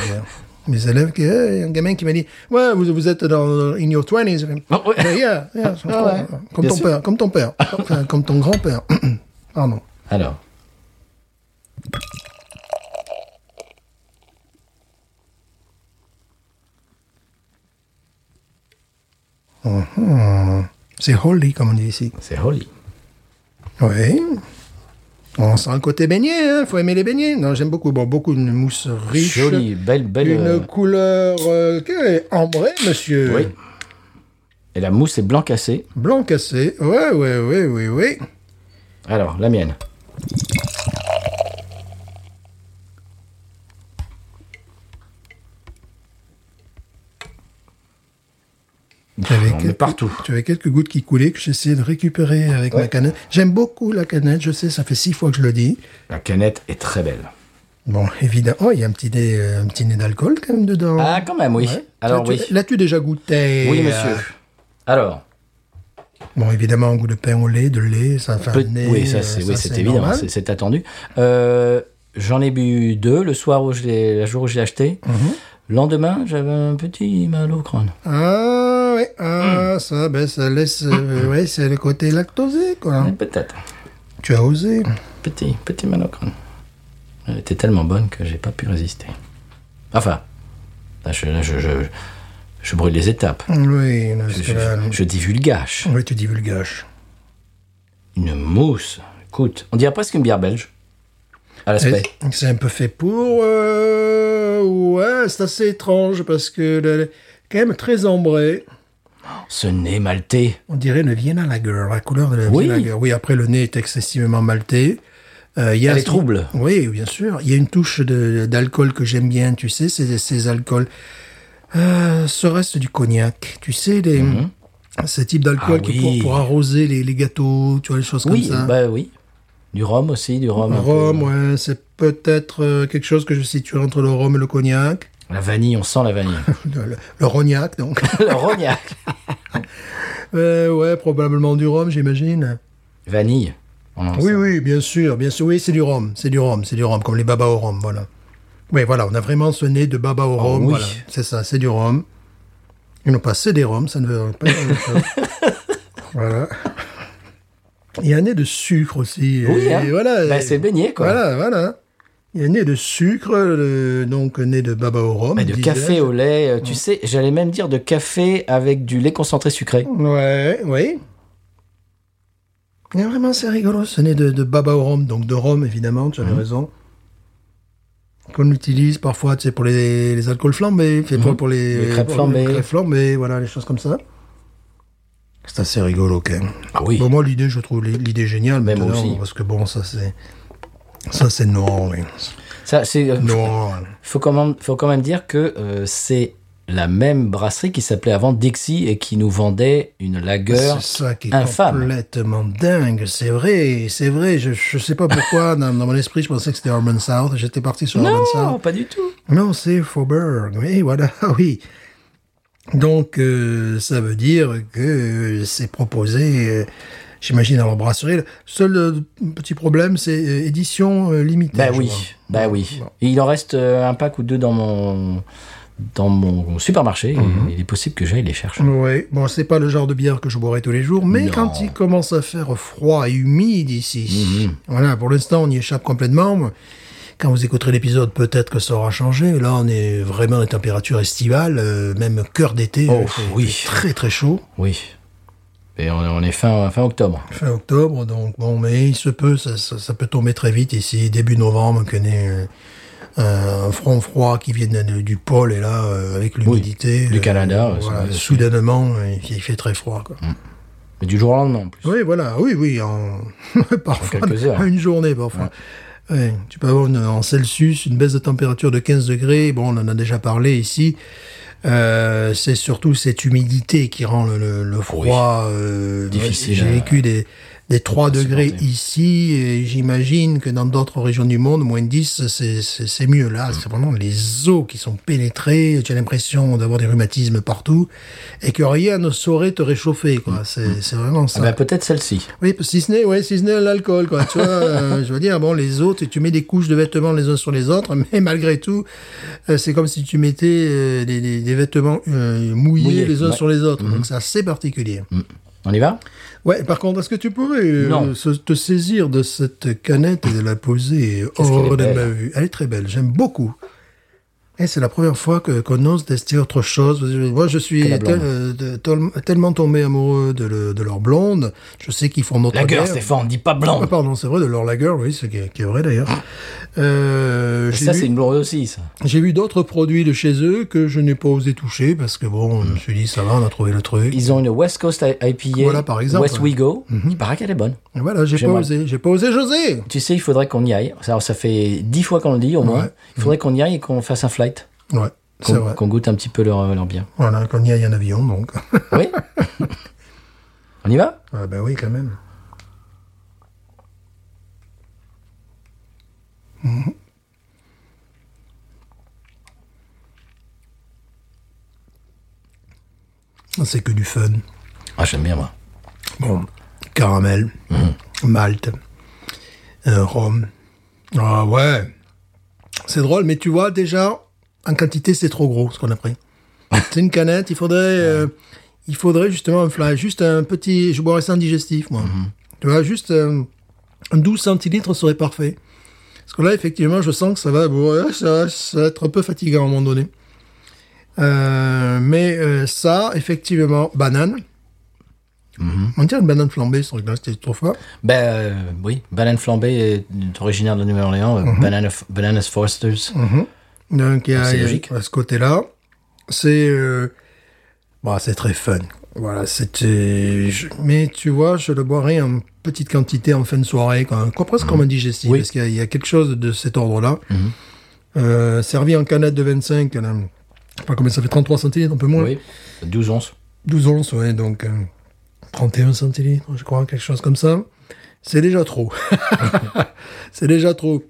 Speaker 3: mes élèves, qui, euh, il y a un gamin qui m'a dit Ouais, vous, vous êtes dans in your 20s.
Speaker 1: Oh, ouais. Ah,
Speaker 3: Mais yeah, yeah, je comprends.
Speaker 1: ouais.
Speaker 3: Comme
Speaker 1: Bien
Speaker 3: ton
Speaker 1: sûr.
Speaker 3: père, comme ton père, Enfin, comme ton grand-père. Pardon.
Speaker 1: Alors.
Speaker 3: C'est holy, comme on dit ici.
Speaker 1: C'est holy.
Speaker 3: Oui. On sent le côté beignet, hein. Faut aimer les beignets. Non, j'aime beaucoup. Bon, beaucoup de mousse riche.
Speaker 1: Jolie, belle, belle.
Speaker 3: Une
Speaker 1: euh,
Speaker 3: couleur euh, quelle est ambrée, monsieur.
Speaker 1: Oui. Et la mousse est blanc cassé.
Speaker 3: Blanc cassé. Ouais, ouais, ouais, oui, oui.
Speaker 1: Alors, la mienne.
Speaker 3: J'avais
Speaker 1: On est
Speaker 3: quelques-
Speaker 1: partout.
Speaker 3: J'avais quelques gouttes qui coulaient que j'essayais de récupérer avec ma canette. J'aime beaucoup la canette, je sais, ça fait six fois que je le dis.
Speaker 1: La canette est très belle.
Speaker 3: Bon, évidemment. Oh, il y a un petit nez, euh, un petit nez d'alcool quand même dedans.
Speaker 1: Ah, quand même, oui.
Speaker 3: Ouais.
Speaker 1: Alors,
Speaker 3: L'as-tu-
Speaker 1: oui.
Speaker 3: L'as-tu déjà goûté
Speaker 1: Oui,
Speaker 3: euh,
Speaker 1: monsieur. Alors,
Speaker 3: Bon, évidemment, un goût de pain au lait, de lait, ça fait un
Speaker 1: peut-
Speaker 3: nez,
Speaker 1: oui, ça
Speaker 3: euh,
Speaker 1: c'est oui, c'est évident,
Speaker 3: normal.
Speaker 1: c'est- c'est attendu. Euh, J'en ai bu deux le soir où je l'ai, le jour où j'ai acheté.
Speaker 3: Mhm.
Speaker 1: Le lendemain, j'avais un petit mal au crâne.
Speaker 3: Ah, ouais,
Speaker 1: Hum.
Speaker 3: ah, ça, ben, ça laisse. euh, ouais, c'est le côté lactosé, quoi. hein.
Speaker 1: Mais Peut-être.
Speaker 3: Tu as osé.
Speaker 1: Petit, petit mal au crâne. Elle était tellement bonne que j'ai pas pu résister. Enfin, là je, là, je, je- je brûle les étapes.
Speaker 3: Oui, parce
Speaker 1: Je,
Speaker 3: que là,
Speaker 1: je, je divulgage.
Speaker 3: ouais, tu divulgaches.
Speaker 1: Une mousse. Écoute, on dirait presque une bière belge. À l'aspect.
Speaker 3: Et C'est un peu fait pour. euh, ouais, c'est assez étrange parce que le- le- quand même très ambré.
Speaker 1: Ce nez maltais.
Speaker 3: On dirait le Vienna Lager, la couleur de la
Speaker 1: Oui.
Speaker 3: Vienna Lager. Oui, après le nez est excessivement maltais. Euh, il y a
Speaker 1: Elle est trouble.
Speaker 3: Oui, bien sûr. Il y a une touche de- d'alcool que j'aime bien, tu sais, ces, ces alcools. Euh, ce reste du cognac, tu sais, les, ce type d'alcool
Speaker 1: Mhm. Ah
Speaker 3: qui
Speaker 1: oui.
Speaker 3: pour, pour arroser les, les gâteaux, tu vois, les choses
Speaker 1: Oui,
Speaker 3: comme ça.
Speaker 1: bah oui. Du rhum aussi, du rhum. un peu.
Speaker 3: Rhum, ouais, c'est peut-être euh, quelque chose que je situe entre le rhum et le cognac.
Speaker 1: La vanille, on sent la vanille.
Speaker 3: Le, le- le rognac, donc.
Speaker 1: Le rognac.
Speaker 3: Euh, ouais, probablement du rhum, j'imagine.
Speaker 1: Vanille. On en
Speaker 3: Oui,
Speaker 1: sent.
Speaker 3: oui, bien sûr, bien sûr. Oui, c'est du rhum, c'est du rhum, c'est du rhum, comme les baba au rhum, voilà. Oui, voilà, on a vraiment ce nez de baba au rhum,
Speaker 1: Ah oui.
Speaker 3: voilà. C'est ça, c'est du rhum. Ils n'ont pas c'est des rhums, ça ne veut pas dire la même chose. voilà. Il y a un nez de sucre aussi. et
Speaker 1: Oui, hein.
Speaker 3: voilà.
Speaker 1: Bah, c'est baigné, quoi.
Speaker 3: Voilà, voilà. Il y a un nez de sucre, euh, donc nez de baba au rhum.
Speaker 1: Mais Bah, Ben, de
Speaker 3: disais-je.
Speaker 1: café au lait, euh, tu sais, j'allais même dire de café avec du lait concentré sucré.
Speaker 3: Ouais, oui. Mais vraiment, c'est rigolo. Ce n'est de, de baba au rhum, donc de rhum, évidemment, tu avais
Speaker 1: Mhm.
Speaker 3: raison. Qu'on utilise parfois, tu sais, pour les, les alcools flambés, fait pour- pour les,
Speaker 1: Mhm. Les crêpes
Speaker 3: pour
Speaker 1: flambées.
Speaker 3: crêpes flambées, voilà, les choses comme ça. C'est assez rigolo, quand même.
Speaker 1: Ah oui.
Speaker 3: Bon, moi, l'idée, je trouve l'i- l'idée géniale,
Speaker 1: Mais moi
Speaker 3: maintenant,
Speaker 1: aussi.
Speaker 3: parce que bon, ça, c'est. Ça, c'est noir, oui.
Speaker 1: Ça, c'est. euh,
Speaker 3: Noir.
Speaker 1: faut quand même, faut quand même dire que euh, c'est la même brasserie qui s'appelait avant Dixie et qui nous vendait une lagueur.
Speaker 3: Bah, C'est ça qui est
Speaker 1: infâme.
Speaker 3: complètement dingue, c'est vrai, c'est vrai. Je, je sais pas pourquoi, dans, dans mon esprit, je pensais que c'était Urban South, j'étais parti sur Urban
Speaker 1: Non,
Speaker 3: South.
Speaker 1: pas du tout.
Speaker 3: Non, c'est Faubourg, oui, voilà, Ah oui. Donc, euh, ça veut dire que euh, c'est proposé, euh, j'imagine, dans la brasserie. Le seul euh, petit problème, c'est euh, édition euh, limitée.
Speaker 1: Bah
Speaker 3: je
Speaker 1: oui,
Speaker 3: crois.
Speaker 1: bah oui. Il en reste euh, un pack ou deux dans mon dans mon supermarché. et
Speaker 3: Mhm.
Speaker 1: Il est possible que j'aille les chercher.
Speaker 3: Oui, bon, c'est pas le genre de bière que je boirais tous les jours, mais
Speaker 1: Non.
Speaker 3: quand il commence à faire froid et humide ici,
Speaker 1: Mhm.
Speaker 3: voilà, pour l'instant, on y échappe complètement. Quand vous écouterez l'épisode, peut-être que ça aura changé. Là, on est vraiment dans les températures estivales, euh, même cœur d'été,
Speaker 1: Oh,
Speaker 3: il fait-
Speaker 1: oui.
Speaker 3: il fait très très chaud,
Speaker 1: Oui. Et on, on est fin fin octobre.
Speaker 3: fin octobre, donc bon, mais il se peut, ça, ça- ça peut tomber très vite ici, début novembre, qu'on ait euh, un front froid qui vient de- du pôle, et là, euh, avec l'humidité... euh,
Speaker 1: du Canada, ouais, ça
Speaker 3: voilà,
Speaker 1: va, c'est-
Speaker 3: soudainement, euh, il fait, il fait très froid, quoi.
Speaker 1: Mais du jour au lendemain en plus.
Speaker 3: Oui, voilà, oui, oui, en, parfois,
Speaker 1: En quelques heures.
Speaker 3: une journée, parfois. Ouais, tu peux avoir une- en Celsius une baisse de température de 15 degrés, bon, on en a déjà parlé ici. Euh, c'est surtout cette humidité qui rend le, le- le froid euh,
Speaker 1: Difficile
Speaker 3: J'ai
Speaker 1: à-
Speaker 3: vécu des, des 3 degrés
Speaker 1: supporter.
Speaker 3: ici, et j'imagine que dans d'autres régions du monde, moins 10, c'est- c'est c'est mieux. Là,
Speaker 1: Mm.
Speaker 3: c'est vraiment les os qui sont pénétrés, tu as l'impression d'avoir des rhumatismes partout, et que rien ne saurait te réchauffer, quoi.
Speaker 1: Mm.
Speaker 3: C'est c'est vraiment ça.
Speaker 1: Ah bah, peut-être celle-ci.
Speaker 3: Oui, parce- si ce n'est, ouais, si ce n'est l'alcool, quoi. Tu vois, euh, je veux dire, bon, les autres, tu mets des couches de vêtements les uns sur les autres, mais malgré tout, euh, c'est comme si tu mettais euh, des, des- des vêtements euh, mouillés,
Speaker 1: Mouillés,
Speaker 3: les uns
Speaker 1: ouais. Mhm.
Speaker 3: sur les autres. Donc, c'est assez particulier.
Speaker 1: On y va
Speaker 3: Ouais, par contre, est-ce que tu pourrais euh,
Speaker 1: Non.
Speaker 3: se- te saisir de cette canette et de la poser
Speaker 1: Qu'est-ce qu'elle
Speaker 3: hors
Speaker 1: est
Speaker 3: de
Speaker 1: belle.
Speaker 3: ma vue Elle est très belle, j'aime beaucoup. Et c'est la première fois que- qu'on ose tester autre chose. Moi, je suis
Speaker 1: Que la blonde.
Speaker 3: tel- euh, de- tol- tellement tombé amoureux de, le- de leur blonde. Je sais qu'ils font notre
Speaker 1: Lagueur,
Speaker 3: bière.
Speaker 1: Stéphane, dis pas
Speaker 3: Ah,
Speaker 1: blanc.
Speaker 3: pardon, c'est vrai, de leur lager, oui, c'est qui est, qui est vrai d'ailleurs. Euh, j'ai
Speaker 1: Ça c'est
Speaker 3: vu,
Speaker 1: une blonde aussi ça.
Speaker 3: j'ai vu d'autres produits de chez eux que je n'ai pas osé toucher parce que bon, je me suis dit, ça va, on a trouvé le truc.
Speaker 1: Ils ont une West Coast IPA,
Speaker 3: Voilà, par exemple. Mhm.
Speaker 1: West We Go. Il paraît qu'elle est bonne.
Speaker 3: Et voilà, j'ai pas
Speaker 1: J'aimerais-
Speaker 3: osé, j'ai pas osé, José
Speaker 1: Tu sais, il faudrait qu'on y aille. Alors, ça fait dix fois qu'on le dit au moins.
Speaker 3: Ouais.
Speaker 1: Il faudrait qu'on y aille et qu'on fasse un flight.
Speaker 3: Ouais. C'est
Speaker 1: Qu'on
Speaker 3: vrai.
Speaker 1: qu'on goûte un petit peu leur, leur bien.
Speaker 3: Voilà, qu'on y aille en avion, donc.
Speaker 1: Oui On y va
Speaker 3: ah ben oui, quand même. Mhm. C'est que du fun.
Speaker 1: Ah, j'aime bien, moi.
Speaker 3: Bon, caramel, malte, euh, rhum. Ah ouais, c'est drôle, mais tu vois déjà, en quantité, c'est trop gros ce qu'on a pris. c'est une canette, il faudrait, euh, il faudrait justement un fly, juste un petit, je boirais ça en digestif, moi. Tu vois, juste euh, un 12 centilitres serait parfait. Parce que là, effectivement, je sens que ça va, ouais, ça, va- ça va être un peu fatigant à un moment donné. Euh, mais euh, ça, effectivement, banane. On dirait une banane flambée, ce truc-là, c'était trop fort.
Speaker 1: Ben euh, oui, banane flambée est originaire de Nouvelle-Orléans, euh,
Speaker 3: Mhm.
Speaker 1: Banana- Bananas Forsters.
Speaker 3: Donc, il y a,
Speaker 1: Ah, C'est
Speaker 3: il y a-
Speaker 1: logique.
Speaker 3: à ce côté-là, c'est euh, bah, c'est très fun. Voilà, c'était. je- Mais tu vois, je le boirais en petite quantité en fin de soirée, quoi, quoi, presque comme un digestif,
Speaker 1: Mmh. Oui. Mmh.
Speaker 3: parce qu'il y, a- il y a quelque chose de cet ordre-là. Euh, servi en canette de 25, là, je sais pas combien ça fait, 33 centilitres, un peu moins.
Speaker 1: Oui, 12 onces.
Speaker 3: 12 onces, ouais, donc euh, 31 centilitres, je crois, quelque chose comme ça. C'est déjà trop. c'est déjà trop.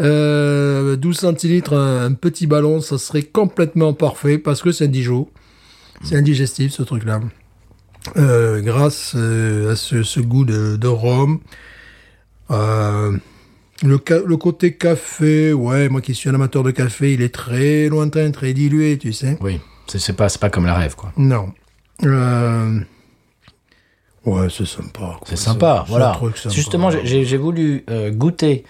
Speaker 3: Euh, 12 centilitres, un, un petit ballon, ça serait complètement parfait parce que c'est un Dijon. C'est indigestif, ce truc-là. Euh, grâce euh, à ce, ce goût de, de rhum. Euh, le, ca- le côté café, ouais, moi qui suis un amateur de café, il est très lointain, très dilué, tu sais.
Speaker 1: Oui, c'est c'est pas, c'est pas comme la rêve, quoi.
Speaker 3: Non. Euh... Ouais, c'est sympa. quoi.
Speaker 1: C'est sympa,
Speaker 3: c'est un
Speaker 1: voilà.
Speaker 3: truc sympa.
Speaker 1: Justement, j'ai- j'ai j'ai voulu euh, goûter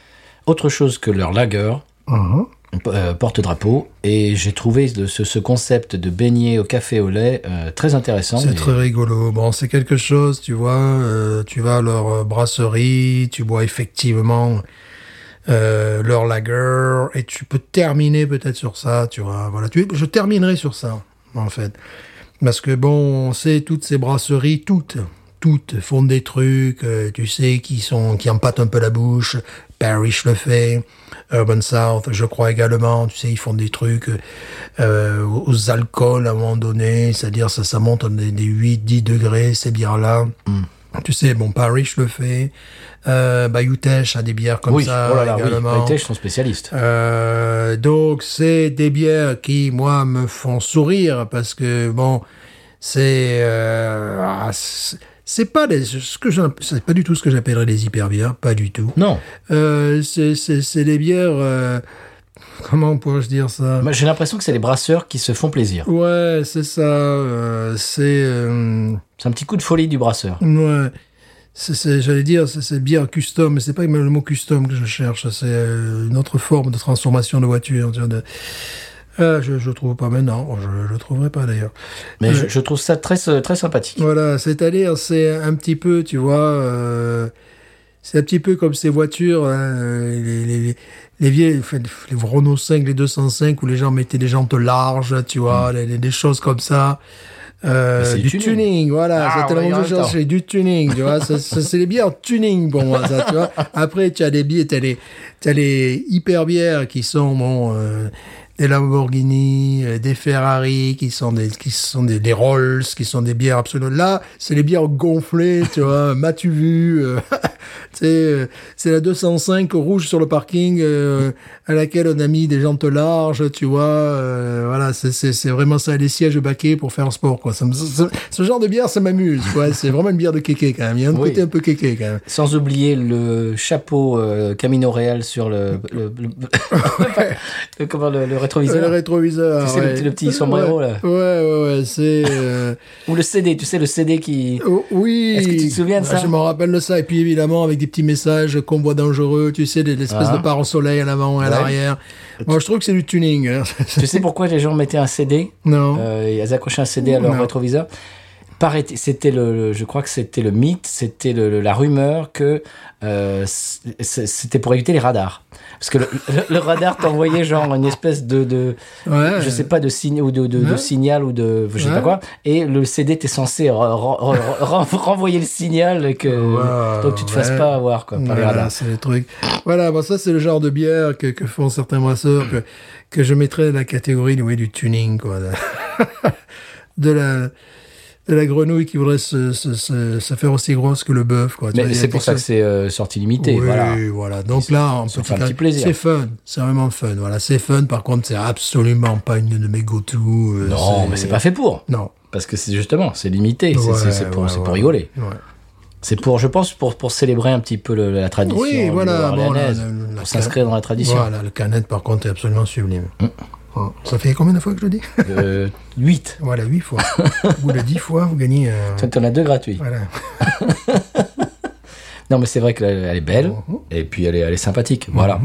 Speaker 1: autre chose que leur lager,
Speaker 3: Mhm.
Speaker 1: euh, porte-drapeau, et j'ai trouvé de ce, ce concept de beignet au café au lait euh, très intéressant.
Speaker 3: C'est euh,
Speaker 1: et-
Speaker 3: très rigolo. Bon, c'est quelque chose, tu vois. euh, tu vas à leur euh, brasserie, tu bois effectivement euh, leur lager, et tu peux terminer peut-être sur ça, tu vois. Voilà, tu, je terminerai sur ça, en fait. Parce que bon, on sait toutes ces brasseries, toutes, toutes font des trucs, euh, tu sais, qui sont, qui empâtent un peu la bouche. Parrish le fait, Urban South, je crois également, tu sais, ils font des trucs euh, aux alcools à un moment donné, c'est-à-dire ça, ça monte à des, des 8, 10 degrés, ces bières-là.
Speaker 1: Mm.
Speaker 3: Tu sais, bon, Parrish le fait, euh, Bayutech a des bières comme
Speaker 1: oui,
Speaker 3: ça
Speaker 1: oh là là, oui,
Speaker 3: également.
Speaker 1: les sont spécialistes.
Speaker 3: Euh, donc c'est des bières qui moi me font sourire parce que bon c'est euh, ah, c'est c'est pas des, ce que j'app- c'est pas du tout ce que j'appellerais des hyperbières pas du tout
Speaker 1: Non,
Speaker 3: euh, c'est c'est c'est des bières euh, comment pourrais-je dire ça
Speaker 1: moi, j'ai l'impression que c'est les brasseurs qui se font plaisir.
Speaker 3: ouais c'est ça euh, c'est euh,
Speaker 1: C'est un petit coup de folie du brasseur.
Speaker 3: Ouais. C'est, c'est- j'allais dire, c'est, c'est bière custom, mais c'est pas le mot custom que je cherche, c'est euh, une autre forme de transformation de voiture. tu vois, de- Ah, je, je le trouve pas maintenant, je le trouverai pas d'ailleurs.
Speaker 1: Mais
Speaker 3: Ouais.
Speaker 1: je, je trouve ça très, euh, très sympathique.
Speaker 3: Voilà, c'est-à-dire, c'est un petit peu, tu vois, euh, c'est un petit peu comme ces voitures, hein, euh, les, les, les vieilles, enfin, les Renault 5, les 205, où les gens mettaient des jantes larges, tu vois, les- les- des choses comme ça. Euh,
Speaker 1: Mmh. Mais c'est
Speaker 3: du
Speaker 1: du
Speaker 3: tuning,
Speaker 1: tuning.
Speaker 3: voilà,
Speaker 1: Ah,
Speaker 3: c'était
Speaker 1: ouais,
Speaker 3: la
Speaker 1: en
Speaker 3: même
Speaker 1: même temps.
Speaker 3: chose, c'est du tuning, tu vois, ça- ça, c'est les bières tuning pour moi, ça, tu vois. Après, tu as des bières, t'as les, t'as les hyper bières qui sont, bon, euh, des Lamborghini, euh, des Ferrari, qui sont des, qui sont des, des Rolls, qui sont des bières absolues. Là, c'est les bières gonflées, tu vois. M'as-tu vu euh, tu sais, euh, C'est la 205 rouge sur le parking euh, à laquelle on a mis des jantes larges, tu vois. euh, voilà, c'est- c'est c'est vraiment ça, les sièges baquets pour faire un sport, quoi. Ça me- ça- ça- ce genre de bière, ça m'amuse, quoi. C'est vraiment une bière de kéké, quand même. Il y a un
Speaker 1: Oui.
Speaker 3: côté un peu kéké, quand même.
Speaker 1: Sans oublier le chapeau euh, Camino Real sur le, le, le- le- comment, le- le rétroviseur.
Speaker 3: Euh, Le rétroviseur.
Speaker 1: Tu sais, le
Speaker 3: ouais.
Speaker 1: petit- le petit sombrero,
Speaker 3: Ouais.
Speaker 1: là.
Speaker 3: Ouais, ouais, ouais. C'est. euh,
Speaker 1: Ou le CD, tu sais, le CD qui...
Speaker 3: Oh, oui.
Speaker 1: Est-ce que tu te souviens de
Speaker 3: Ah,
Speaker 1: ça
Speaker 3: Je me rappelle de ça. Et puis évidemment, avec des petits messages, convoi dangereux, tu sais, des- l'espèce
Speaker 1: Ah.
Speaker 3: de pare-soleil à l'avant et à
Speaker 1: Ouais.
Speaker 3: l'arrière. Moi, je trouve que c'est du tuning. hein.
Speaker 1: Tu sais pourquoi les gens mettaient un CD
Speaker 3: non.
Speaker 1: Euh, Ils accrochaient un CD à leur
Speaker 3: Hein Non.
Speaker 1: rétroviseur paraît- c'était le, le- je crois que c'était le mythe, c'était le- le- la rumeur que euh, c- c- c'était pour éviter les radars, parce que le, le- le radar t'envoyait genre une espèce de, de
Speaker 3: Ouais.
Speaker 1: Euh, je sais pas de signe ou de, de- de
Speaker 3: Ouais.
Speaker 1: signal ou de je sais
Speaker 3: Ouais.
Speaker 1: pas quoi, et le CD était censé re- re- re- re- renvoyer le signal que
Speaker 3: Ouais,
Speaker 1: donc tu te fasses
Speaker 3: ouais.
Speaker 1: pas avoir quoi, par les
Speaker 3: Voilà,
Speaker 1: radars.
Speaker 3: c'est le truc. Voilà, bon, ça, c'est le genre de bière que, que font certains brasseurs que, que je mettrais dans la catégorie oui, du tuning, quoi. De, de la, de la grenouille qui voudrait se, se, se, se faire aussi grosse que le bœuf, quoi. Tu vois,
Speaker 1: Mais
Speaker 3: il y a
Speaker 1: c'est pour
Speaker 3: quelque
Speaker 1: ça que
Speaker 3: chose-
Speaker 1: c'est euh, sorti limité,
Speaker 3: Oui,
Speaker 1: voilà.
Speaker 3: voilà. Donc là, en
Speaker 1: se
Speaker 3: petit
Speaker 1: fait un
Speaker 3: cas,
Speaker 1: petit plaisir.
Speaker 3: C'est fun, c'est vraiment fun. Voilà, c'est fun. Par contre, c'est absolument pas une de mes go-to. euh,
Speaker 1: Non, mais c'est pas fait pour.
Speaker 3: Non.
Speaker 1: Parce que c'est justement, c'est limité, c'est- c'est
Speaker 3: Ouais,
Speaker 1: c'est pour,
Speaker 3: ouais,
Speaker 1: c'est pour
Speaker 3: ouais.
Speaker 1: rigoler.
Speaker 3: Ouais.
Speaker 1: C'est pour, je pense, pour, pour célébrer un petit peu le- la tradition.
Speaker 3: Oui, voilà. Bon, là,
Speaker 1: orléanaise,
Speaker 3: le- le- la-
Speaker 1: pour s'inscrire dans la tradition.
Speaker 3: Voilà, le canette, par contre, est absolument sublime.
Speaker 1: Mm.
Speaker 3: Oh, Ça fait combien de fois que je le dis
Speaker 1: Euh, 8.
Speaker 3: Voilà, 8 fois. Au bout de 10 fois, vous gagnez. euh,
Speaker 1: Toi, t'en as deux gratuits.
Speaker 3: Voilà.
Speaker 1: Non, mais c'est vrai qu'elle elle est belle,
Speaker 3: Mhm.
Speaker 1: et puis elle est, elle est sympathique. Voilà.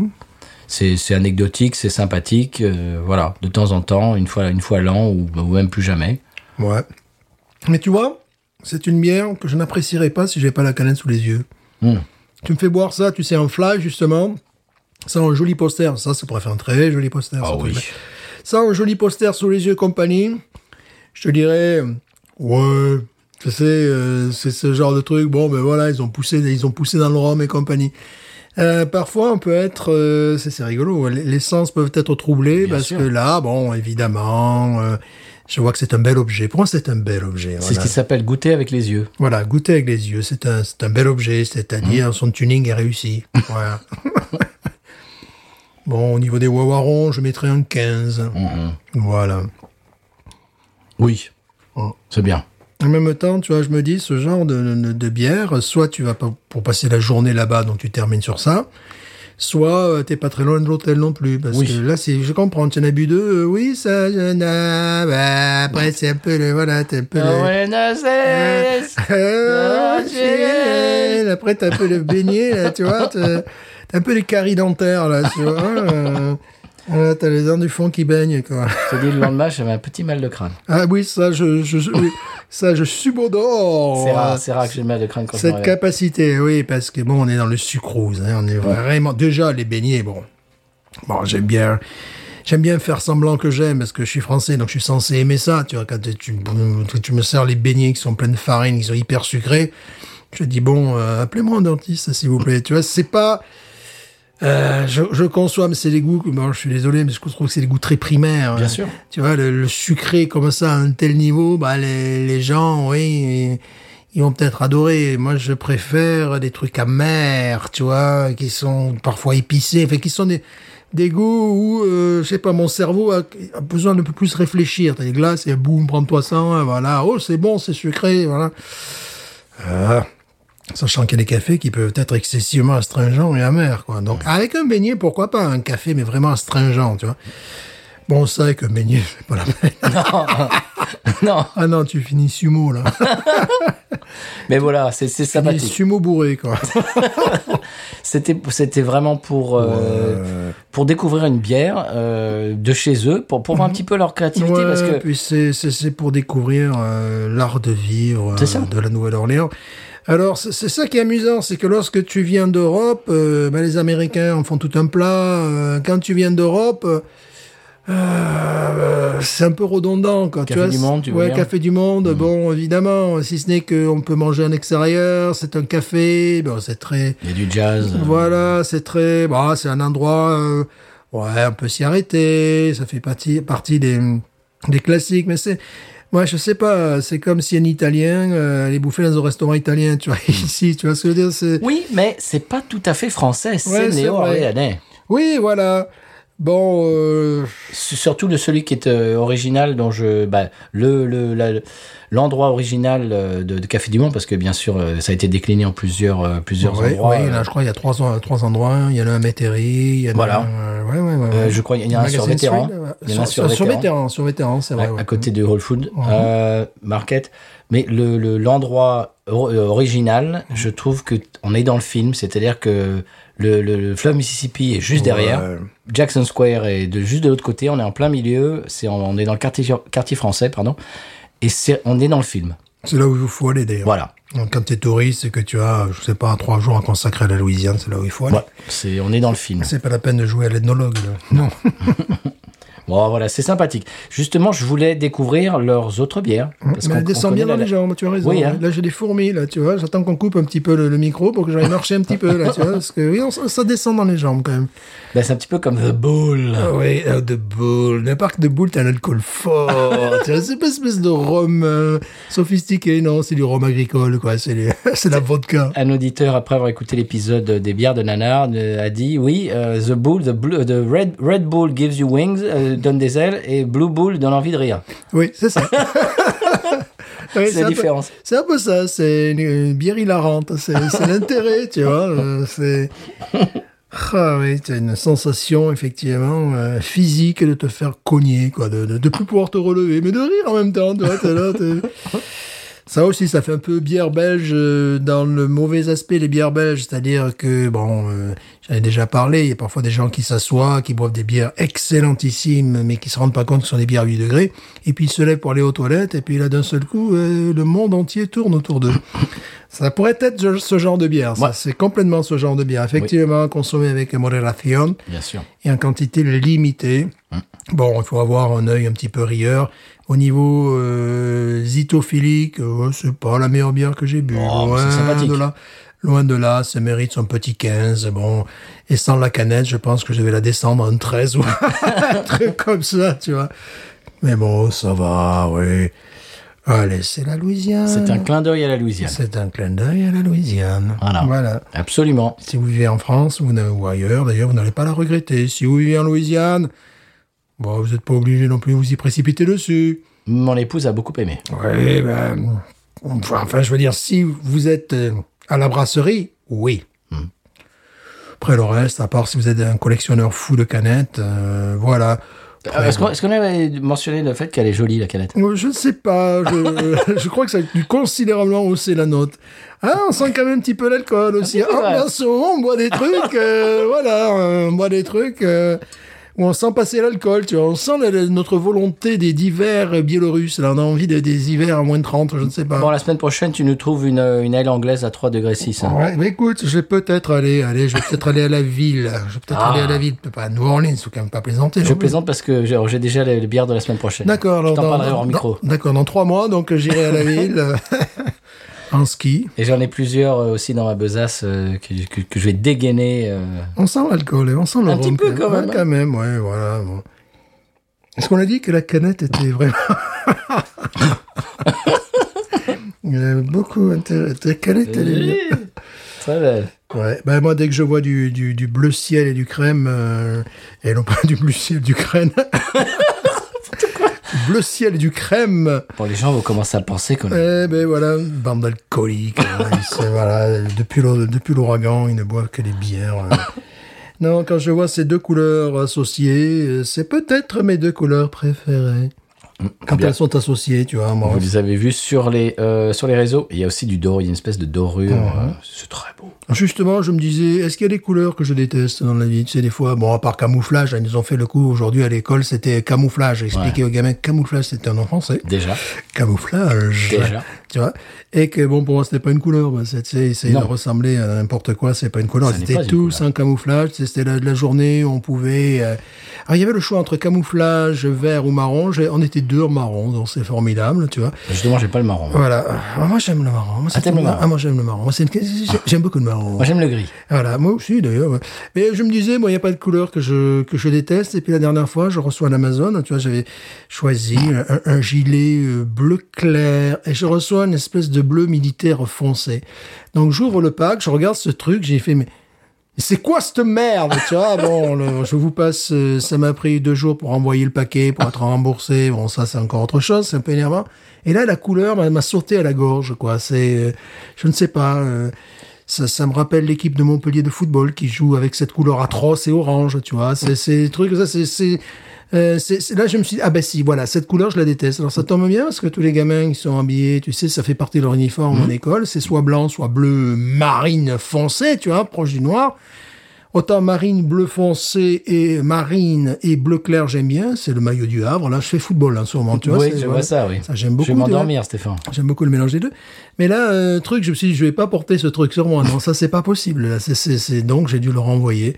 Speaker 1: C'est c'est anecdotique, c'est sympathique. euh, voilà. De temps en temps, une fois, une fois l'an, ou, ou même plus jamais.
Speaker 3: Ouais. Mais tu vois, c'est une bière que je n'apprécierais pas si j'avais pas la canette sous les yeux.
Speaker 1: Mm.
Speaker 3: Tu me fais boire ça, tu sais, en fly, justement. Ça, un joli poster. Ça, ça pourrait faire un très joli poster.
Speaker 1: Ah
Speaker 3: ce
Speaker 1: oui.
Speaker 3: truc-là. Ça, un joli poster sous les yeux, compagnie. Je te dirais, euh, ouais, tu sais, euh, c'est ce genre de truc. Bon, ben voilà, ils ont poussé, ils ont poussé dans le rhum et compagnie. Euh, parfois, on peut être, euh, c'est c'est rigolo, les les sens peuvent être troublés
Speaker 1: Bien
Speaker 3: parce
Speaker 1: sûr.
Speaker 3: que là, bon, évidemment, euh, je vois que c'est un bel objet. Pour moi, c'est un bel objet.
Speaker 1: C'est ce
Speaker 3: Voilà.
Speaker 1: qui s'appelle goûter avec les yeux.
Speaker 3: Voilà, goûter avec les yeux, c'est un, c'est un bel objet, c'est-à-dire
Speaker 1: Mmh.
Speaker 3: son tuning est réussi. Voilà. bon, au niveau des Wawarons, je mettrais un 15.
Speaker 1: Mmh.
Speaker 3: Voilà.
Speaker 1: Oui. Oh.
Speaker 3: Oh.
Speaker 1: C'est bien.
Speaker 3: En même temps, tu vois, je me dis, ce genre de, de- de bière, soit tu vas pas pour passer la journée là-bas, donc tu termines sur ça, soit euh, t'es pas très loin de l'hôtel non plus, parce
Speaker 1: Oui.
Speaker 3: que là, c'est, je comprends, tu en as bu deux, euh, oui, ça, je n'ai- bah, après, c'est un peu le, voilà, t'es un peu le... Ah, Gilles. Après, t'as un peu le beignet, là, tu vois. T'as t'as un peu les caries dentaires, là, tu vois. euh, euh, t'as les dents du fond qui baignent, quoi.
Speaker 1: Je te dis, le lendemain, j'avais un petit mal de crâne.
Speaker 3: Ah oui, ça, je, je, je- oui, ça, je subodore.
Speaker 1: C'est rare,
Speaker 3: euh,
Speaker 1: c'est rare que j'ai mal de crâne quand je me
Speaker 3: Cette
Speaker 1: réveille.
Speaker 3: capacité, oui, parce que bon, on est dans le sucrose, hein, on est vraiment. Déjà, les beignets, bon. Bon, j'aime bien. J'aime bien faire semblant que j'aime parce que je suis français, donc je suis censé aimer ça. Tu vois, quand tu, tu- tu me sers les beignets qui sont pleins de farine, qui sont hyper sucrés, je dis bon, euh, appelez-moi un dentiste, s'il vous plaît. Tu vois, c'est pas. Euh, je, je conçois, mais c'est les goûts. que- Bon, je suis désolé, mais je trouve que c'est des goûts très primaires.
Speaker 1: Bien
Speaker 3: hein.
Speaker 1: sûr.
Speaker 3: Tu vois, le, le sucré comme ça à un tel niveau, bah, les, les gens, oui, ils vont peut-être adorer. Moi, je préfère des trucs amers, tu vois, qui sont parfois épicés, enfin, qui sont des, des goûts où, euh, je sais pas, mon cerveau a, a besoin d'un peu plus réfléchir. T'as des glaces et boum, prends-toi ça, hein, voilà. Oh, c'est bon, c'est sucré, voilà. Ah. Sachant qu'il y a des cafés qui peuvent être excessivement astringents et amers, quoi. Donc, avec un beignet, pourquoi pas un café, mais vraiment astringent, tu vois. Bon, ça, avec un beignet, c'est pas la peine.
Speaker 1: Non,
Speaker 3: Ah non, tu finis sumo, là.
Speaker 1: mais voilà, c'est c'est
Speaker 3: tu finis
Speaker 1: sympathique.
Speaker 3: sumo bourré, quoi.
Speaker 1: C'était c'était vraiment pour euh, pour découvrir une bière euh, de chez eux, pour pour voir un petit peu leur créativité,
Speaker 3: Mhm. Ouais,
Speaker 1: parce que
Speaker 3: puis c'est, c'est, c'est pour découvrir euh, l'art de vivre euh,
Speaker 1: C'est ça.
Speaker 3: de la Nouvelle-Orléans. Alors, c'est, c'est ça qui est amusant, c'est que lorsque tu viens d'Europe, euh, ben, les Américains en font tout un plat. euh, quand tu viens d'Europe, euh, euh, c'est un peu redondant. Quoi.
Speaker 1: Café
Speaker 3: tu vois,
Speaker 1: du monde, tu veux
Speaker 3: ouais,
Speaker 1: dire. Hmm.
Speaker 3: Café du Monde, bon, évidemment, si ce n'est qu'on peut manger en extérieur, c'est un café, bon, c'est très...
Speaker 1: il y a du jazz. euh,
Speaker 3: Voilà, c'est très, bah, c'est un endroit, euh, ouais, on peut s'y arrêter, ça fait partie, partie des, des classiques, mais c'est, moi, je sais pas, c'est comme si un Italien euh, allait bouffer dans un restaurant italien, tu vois, ici, tu vois ce que je veux dire, c'est,
Speaker 1: Oui, mais c'est pas tout à fait français, c'est
Speaker 3: c'est
Speaker 1: néo-orléanais.
Speaker 3: oui, voilà, bon, euh,
Speaker 1: S- Surtout le celui qui est euh, original, dont je bah, le le- la- l'endroit original euh, de, de Café du Monde, parce que bien sûr euh, ça a été décliné en plusieurs euh, plusieurs
Speaker 3: ouais,
Speaker 1: endroits.
Speaker 3: ouais,
Speaker 1: euh,
Speaker 3: là, je crois, il y a trois, trois endroits, hein. il y en a un à Métairie, il y en a
Speaker 1: Voilà.
Speaker 3: un, ouais, ouais, ouais, ouais.
Speaker 1: Euh, je crois qu'il y en a un sur
Speaker 3: Magazine
Speaker 1: Vétéran.
Speaker 3: Street, ouais.
Speaker 1: Il y en a un sur
Speaker 3: sur, sur
Speaker 1: Vétéran.
Speaker 3: Vétéran, sur Vétéran, c'est vrai,
Speaker 1: Ouais,
Speaker 3: ouais. Mhm.
Speaker 1: à côté de Whole Food euh, Market. Mais le le- l'endroit or- euh, original,
Speaker 3: Mhm.
Speaker 1: je trouve que t- on est dans le film, c'est-à-dire que le, le, le fleuve Mississippi est juste derrière,
Speaker 3: Ouais.
Speaker 1: Jackson Square est de, juste de l'autre côté, on est en plein milieu, c'est on, on est dans le quartier quartier français pardon, et c'est on est dans le film.
Speaker 3: C'est là où il faut aller d'ailleurs.
Speaker 1: Voilà.
Speaker 3: Donc, quand tu es touriste et que tu as, je sais pas, trois jours à consacrer à la Louisiane, c'est là où il faut aller.
Speaker 1: Ouais, c'est, on est dans le film.
Speaker 3: C'est pas la peine de jouer à l'ethnologue. là. Non.
Speaker 1: Bon, voilà, c'est sympathique. Justement, je voulais découvrir leurs autres bières. Parce
Speaker 3: Mm. Mais
Speaker 1: qu'on-
Speaker 3: elle descend
Speaker 1: qu'on
Speaker 3: bien dans
Speaker 1: connaît la-
Speaker 3: les jambes, tu as raison.
Speaker 1: Oui, hein.
Speaker 3: Là, j'ai des fourmis, là, tu vois. J'attends qu'on coupe un petit peu le, le micro pour que j'aille marcher un petit peu, là, tu vois. Parce que oui, on- ça ça descend dans les jambes quand même.
Speaker 1: Ben, c'est un petit peu comme The Bull.
Speaker 3: Oui, de boule. Le parc de boule, t'as un alcool fort. tu vois, c'est pas une espèce de rhum euh, sophistiqué, non. C'est du rhum agricole, quoi. C'est les- c'est la vodka.
Speaker 1: Un auditeur, après avoir écouté l'épisode des bières de Nanar, euh, a dit Oui, euh, The Bull, the, blue- the Red, Red Bull gives you wings, euh, donne des ailes, et Blue Bull donne envie de rire.
Speaker 3: Oui, c'est ça. Oui,
Speaker 1: C'est la
Speaker 3: un peu-
Speaker 1: différence.
Speaker 3: C'est un peu ça, c'est une, une bière hilarante, c'est c'est l'intérêt, tu vois. euh, C'est. Ah oui, t'as une sensation, effectivement, euh, physique de te faire cogner, quoi, de, de, de plus pouvoir te relever, mais de rire en même temps, tu vois, t'es là, t'es- Ça aussi, ça fait un peu bière belge euh, dans le mauvais aspect, les bières belges, c'est-à-dire que, bon, euh, j'en ai déjà parlé, il y a parfois des gens qui s'assoient, qui boivent des bières excellentissimes, mais qui se rendent pas compte que ce sont des bières à 8 degrés, et puis ils se lèvent pour aller aux toilettes, et puis là, d'un seul coup, euh, le monde entier tourne autour d'eux. Ça pourrait être ce- ce genre de bière, ça,
Speaker 1: Ouais.
Speaker 3: c'est complètement ce genre de bière. Effectivement, consommé avec modération
Speaker 1: Bien sûr.
Speaker 3: et en quantité limitée.
Speaker 1: Hein.
Speaker 3: Bon, il faut avoir un œil un petit peu rieur. Au niveau euh, zitophilique, euh, c'est pas la meilleure bière que j'ai bu.
Speaker 1: Oh, mais c'est
Speaker 3: loin
Speaker 1: sympathique.
Speaker 3: de là. Loin de là, ça mérite son petit 15. Bon, et sans la canette, je pense que je vais la descendre à un 13 ou un truc comme ça, tu vois. Mais bon, ça va, oui. Allez, c'est la Louisiane.
Speaker 1: C'est un clin d'œil à la Louisiane.
Speaker 3: C'est un clin d'œil à la Louisiane.
Speaker 1: Voilà.
Speaker 3: voilà.
Speaker 1: Absolument.
Speaker 3: Si vous vivez en France vous n'avez- ou ailleurs, d'ailleurs, vous n'allez pas la regretter. Si vous vivez en Louisiane, bon, vous n'êtes pas obligé non plus de vous y précipiter dessus.
Speaker 1: Mon épouse a beaucoup aimé.
Speaker 3: Oui, ben, enfin, enfin, je veux dire, si vous êtes euh, à la brasserie, oui. Après le reste, à part si vous êtes un collectionneur fou de canettes, euh, voilà.
Speaker 1: Euh, Est-ce qu'on est-ce qu'on avait mentionné le fait qu'elle est jolie, la canette
Speaker 3: Euh, Je ne sais pas, je, je crois que ça a dû considérablement hausser la note. Ah, on sent quand même un petit peu l'alcool aussi.
Speaker 1: Ah, c'est
Speaker 3: Ah,
Speaker 1: vrai.
Speaker 3: bien sûr, on boit des trucs, euh, voilà, euh, on boit des trucs euh, où on sent passer l'alcool, tu vois. On sent la- la- notre volonté des hivers biélorusses, là, on a envie de- des hivers à moins de 30, je ne sais pas.
Speaker 1: Bon, la semaine prochaine, tu nous trouves une, euh, une aile anglaise à 3 degrés hein. 6.
Speaker 3: Ouais, mais écoute, je vais peut-être aller, aller, je vais peut-être aller à la ville, je vais peut-être
Speaker 1: Ah.
Speaker 3: aller à la ville, pas à New Orleans, faut quand même pas plaisanter.
Speaker 1: Je
Speaker 3: non plus.
Speaker 1: plaisante parce que j'ai j'ai déjà les, les bières de la semaine prochaine.
Speaker 3: D'accord,
Speaker 1: Je
Speaker 3: alors
Speaker 1: t'en
Speaker 3: dans-
Speaker 1: parlerai hors
Speaker 3: dans-
Speaker 1: micro.
Speaker 3: D'accord, dans trois mois, donc j'irai à la ville euh, en ski.
Speaker 1: Et j'en ai plusieurs euh, aussi dans ma besace euh, que, que- que je vais dégainer. euh.
Speaker 3: On sent l'alcool, et on sent le
Speaker 1: Un
Speaker 3: rhum,
Speaker 1: petit peu, quand
Speaker 3: Ouais,
Speaker 1: même, hein.
Speaker 3: quand même, ouais, voilà. bon. Est-ce qu'on a dit que la canette était vraiment... Il y a beaucoup intérêt. La canette, elle est bien.
Speaker 1: Très belle.
Speaker 3: Ouais. Ben, moi, dès que je vois du, du, du bleu ciel et du crème, euh, et non pas du bleu ciel, du crème. Du bleu ciel et du crème.
Speaker 1: Bon, les gens vont commencer à penser qu'on est...
Speaker 3: Eh ben voilà, une bande d'alcooliques. hein, ils se- voilà, depuis l'our- depuis l'ouragan, ils ne boivent que des bières. euh. Non, quand je vois ces deux couleurs associées, euh, c'est peut-être mes deux couleurs préférées. Quand
Speaker 1: Mm, bien.
Speaker 3: elles sont associées, tu vois, moi.
Speaker 1: Vous les avez vus sur les, euh, sur les réseaux. Il y a aussi du doré, il y a une espèce de dorure.
Speaker 3: Mhm.
Speaker 1: euh, c'est très beau.
Speaker 3: Justement, je me disais, est-ce qu'il y a des couleurs que je déteste dans la vie Tu sais, des fois, bon, à part camouflage, hein, ils nous ont fait le coup aujourd'hui à l'école, c'était camouflage. Expliquer aux gamins que camouflage, c'était un nom français.
Speaker 1: Déjà.
Speaker 3: Camouflage.
Speaker 1: Déjà.
Speaker 3: Tu vois Et que, bon, pour moi, c'était pas une couleur. bah, c'est- tu sais, essayer de
Speaker 1: Non.
Speaker 3: ressembler à n'importe quoi, c'est pas une couleur.
Speaker 1: Ça n'est pas
Speaker 3: C'était
Speaker 1: une
Speaker 3: tous
Speaker 1: couleur.
Speaker 3: un camouflage. C'était la, la journée où on pouvait... euh, Alors, il y avait le choix entre camouflage, vert ou marron. J'ai- On était deux en marron, donc c'est formidable, tu vois.
Speaker 1: Justement, j'ai pas le marron. moi.
Speaker 3: Voilà. Ah, moi, j'aime le marron. Moi, c'est-
Speaker 1: t'aimes le marron.
Speaker 3: Ah, moi, j'aime le marron. Moi, c'est une- J'aime beaucoup le marron.
Speaker 1: Moi, j'aime le gris.
Speaker 3: Voilà, moi aussi d'ailleurs. ouais. Mais je me disais, moi, il n'y a pas de couleur que je, que je déteste. Et puis la dernière fois, je reçois un Amazon, hein, tu vois, j'avais choisi un, un gilet euh, bleu clair et je reçois une espèce de bleu militaire foncé. Donc j'ouvre le pack, je regarde ce truc, j'ai fait, mais c'est quoi cette merde Tu vois, bon, le- je vous passe, euh, ça m'a pris deux jours pour envoyer le paquet, pour être remboursé. Bon, ça, c'est encore autre chose, c'est un peu énervant. Et là, la couleur m'a m'a sauté à la gorge, quoi. C'est, euh, je ne sais pas. euh, ça, ça me rappelle l'équipe de Montpellier de football qui joue avec cette couleur atroce et orange, tu vois. C'est c'est des trucs, ça, c'est... c'est- euh, c'est- c'est- là, je me suis dit, ah ben si, voilà, cette couleur, je la déteste. Alors, ça tombe bien parce que tous les gamins, ils sont habillés, tu sais, ça fait partie de leur uniforme en école. C'est soit blanc, soit bleu marine foncé, tu vois, proche du noir. Autant marine bleu foncé et marine et bleu clair, j'aime bien. C'est le maillot du Havre. Là, je fais football en ce moment. Tu vois,
Speaker 1: oui,
Speaker 3: c'est-
Speaker 1: je vois
Speaker 3: voilà.
Speaker 1: ça, oui.
Speaker 3: j'aime beaucoup.
Speaker 1: Je vais
Speaker 3: tu vois.
Speaker 1: m'endormir, Stéphane.
Speaker 3: J'aime beaucoup le mélange des deux. Mais là, euh, truc, je me suis dit, je vais pas porter ce truc sur moi. Non, ça, c'est pas possible. Là. C'est, c'est, c'est- Donc, j'ai dû le renvoyer.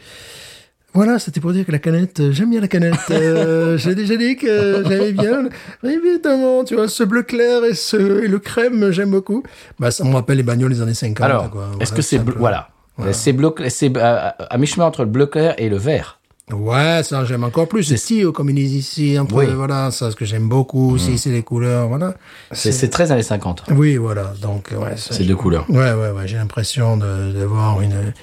Speaker 3: Voilà, c'était pour dire que la canette, euh, j'aime bien la canette. Euh, j'ai déjà dit que j'aimais bien. Évidemment, tu vois, ce bleu clair et, ce, et le crème, j'aime beaucoup. Bah, ça me rappelle les bagnoles des années 50.
Speaker 1: Alors,
Speaker 3: quoi.
Speaker 1: est-ce
Speaker 3: Voilà,
Speaker 1: que c'est bleu
Speaker 3: simplement.
Speaker 1: Voilà. C'est bleu, c'est euh, à mi-chemin entre le bleu clair et le vert.
Speaker 3: Ouais, ça, j'aime encore plus. C'est style, comme ils disent ici. Entre,
Speaker 1: Oui. Mm.
Speaker 3: Voilà, ça, ce que j'aime beaucoup. Si, c'est les couleurs, voilà.
Speaker 1: C'est- C'est très années 50,
Speaker 3: Oui, voilà. Donc, ouais, ça,
Speaker 1: ces deux couleurs.
Speaker 3: Ouais, ouais, ouais. J'ai l'impression de- d'avoir une,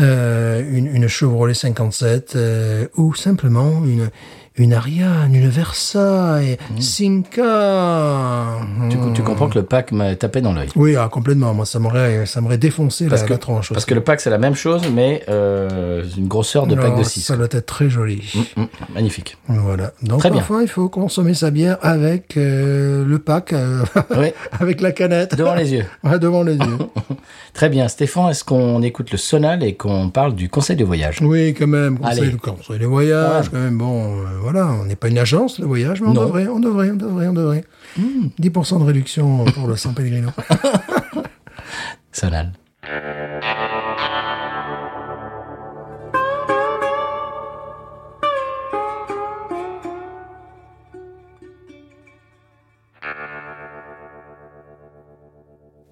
Speaker 3: euh, une une Chevrolet 57 euh, ou simplement une une Ariane, une Versailles, Simca.
Speaker 1: Mm.
Speaker 3: Mm.
Speaker 1: Tu, tu comprends que le pack m'a tapé dans l'œil.
Speaker 3: Oui, ah, complètement. Moi, ça m'aurait ça m'aurait défoncé la, la tranche.
Speaker 1: parce que le pack, c'est la même chose, mais euh, une grosseur de pack de Mm. 6.
Speaker 3: Ça doit être très joli.
Speaker 1: magnifique.
Speaker 3: Voilà. Donc
Speaker 1: Très bien.
Speaker 3: parfois, il faut consommer sa bière avec euh, le pack, euh,
Speaker 1: Oui,
Speaker 3: avec la canette.
Speaker 1: devant les yeux.
Speaker 3: Ouais, devant les yeux.
Speaker 1: Très bien. Stéphane, est-ce qu'on écoute le sonal et qu'on parle du conseil de voyage
Speaker 3: Oui, quand même. Conseil,
Speaker 1: Allez. Ah.
Speaker 3: le conseil des voyages, quand même. Bon, euh, voilà, on n'est pas une agence de voyage, mais on
Speaker 1: Non. Hmm.
Speaker 3: devrait, on devrait, on devrait, on devrait. 10% de réduction pour le San Pellegrino.
Speaker 1: Sonal.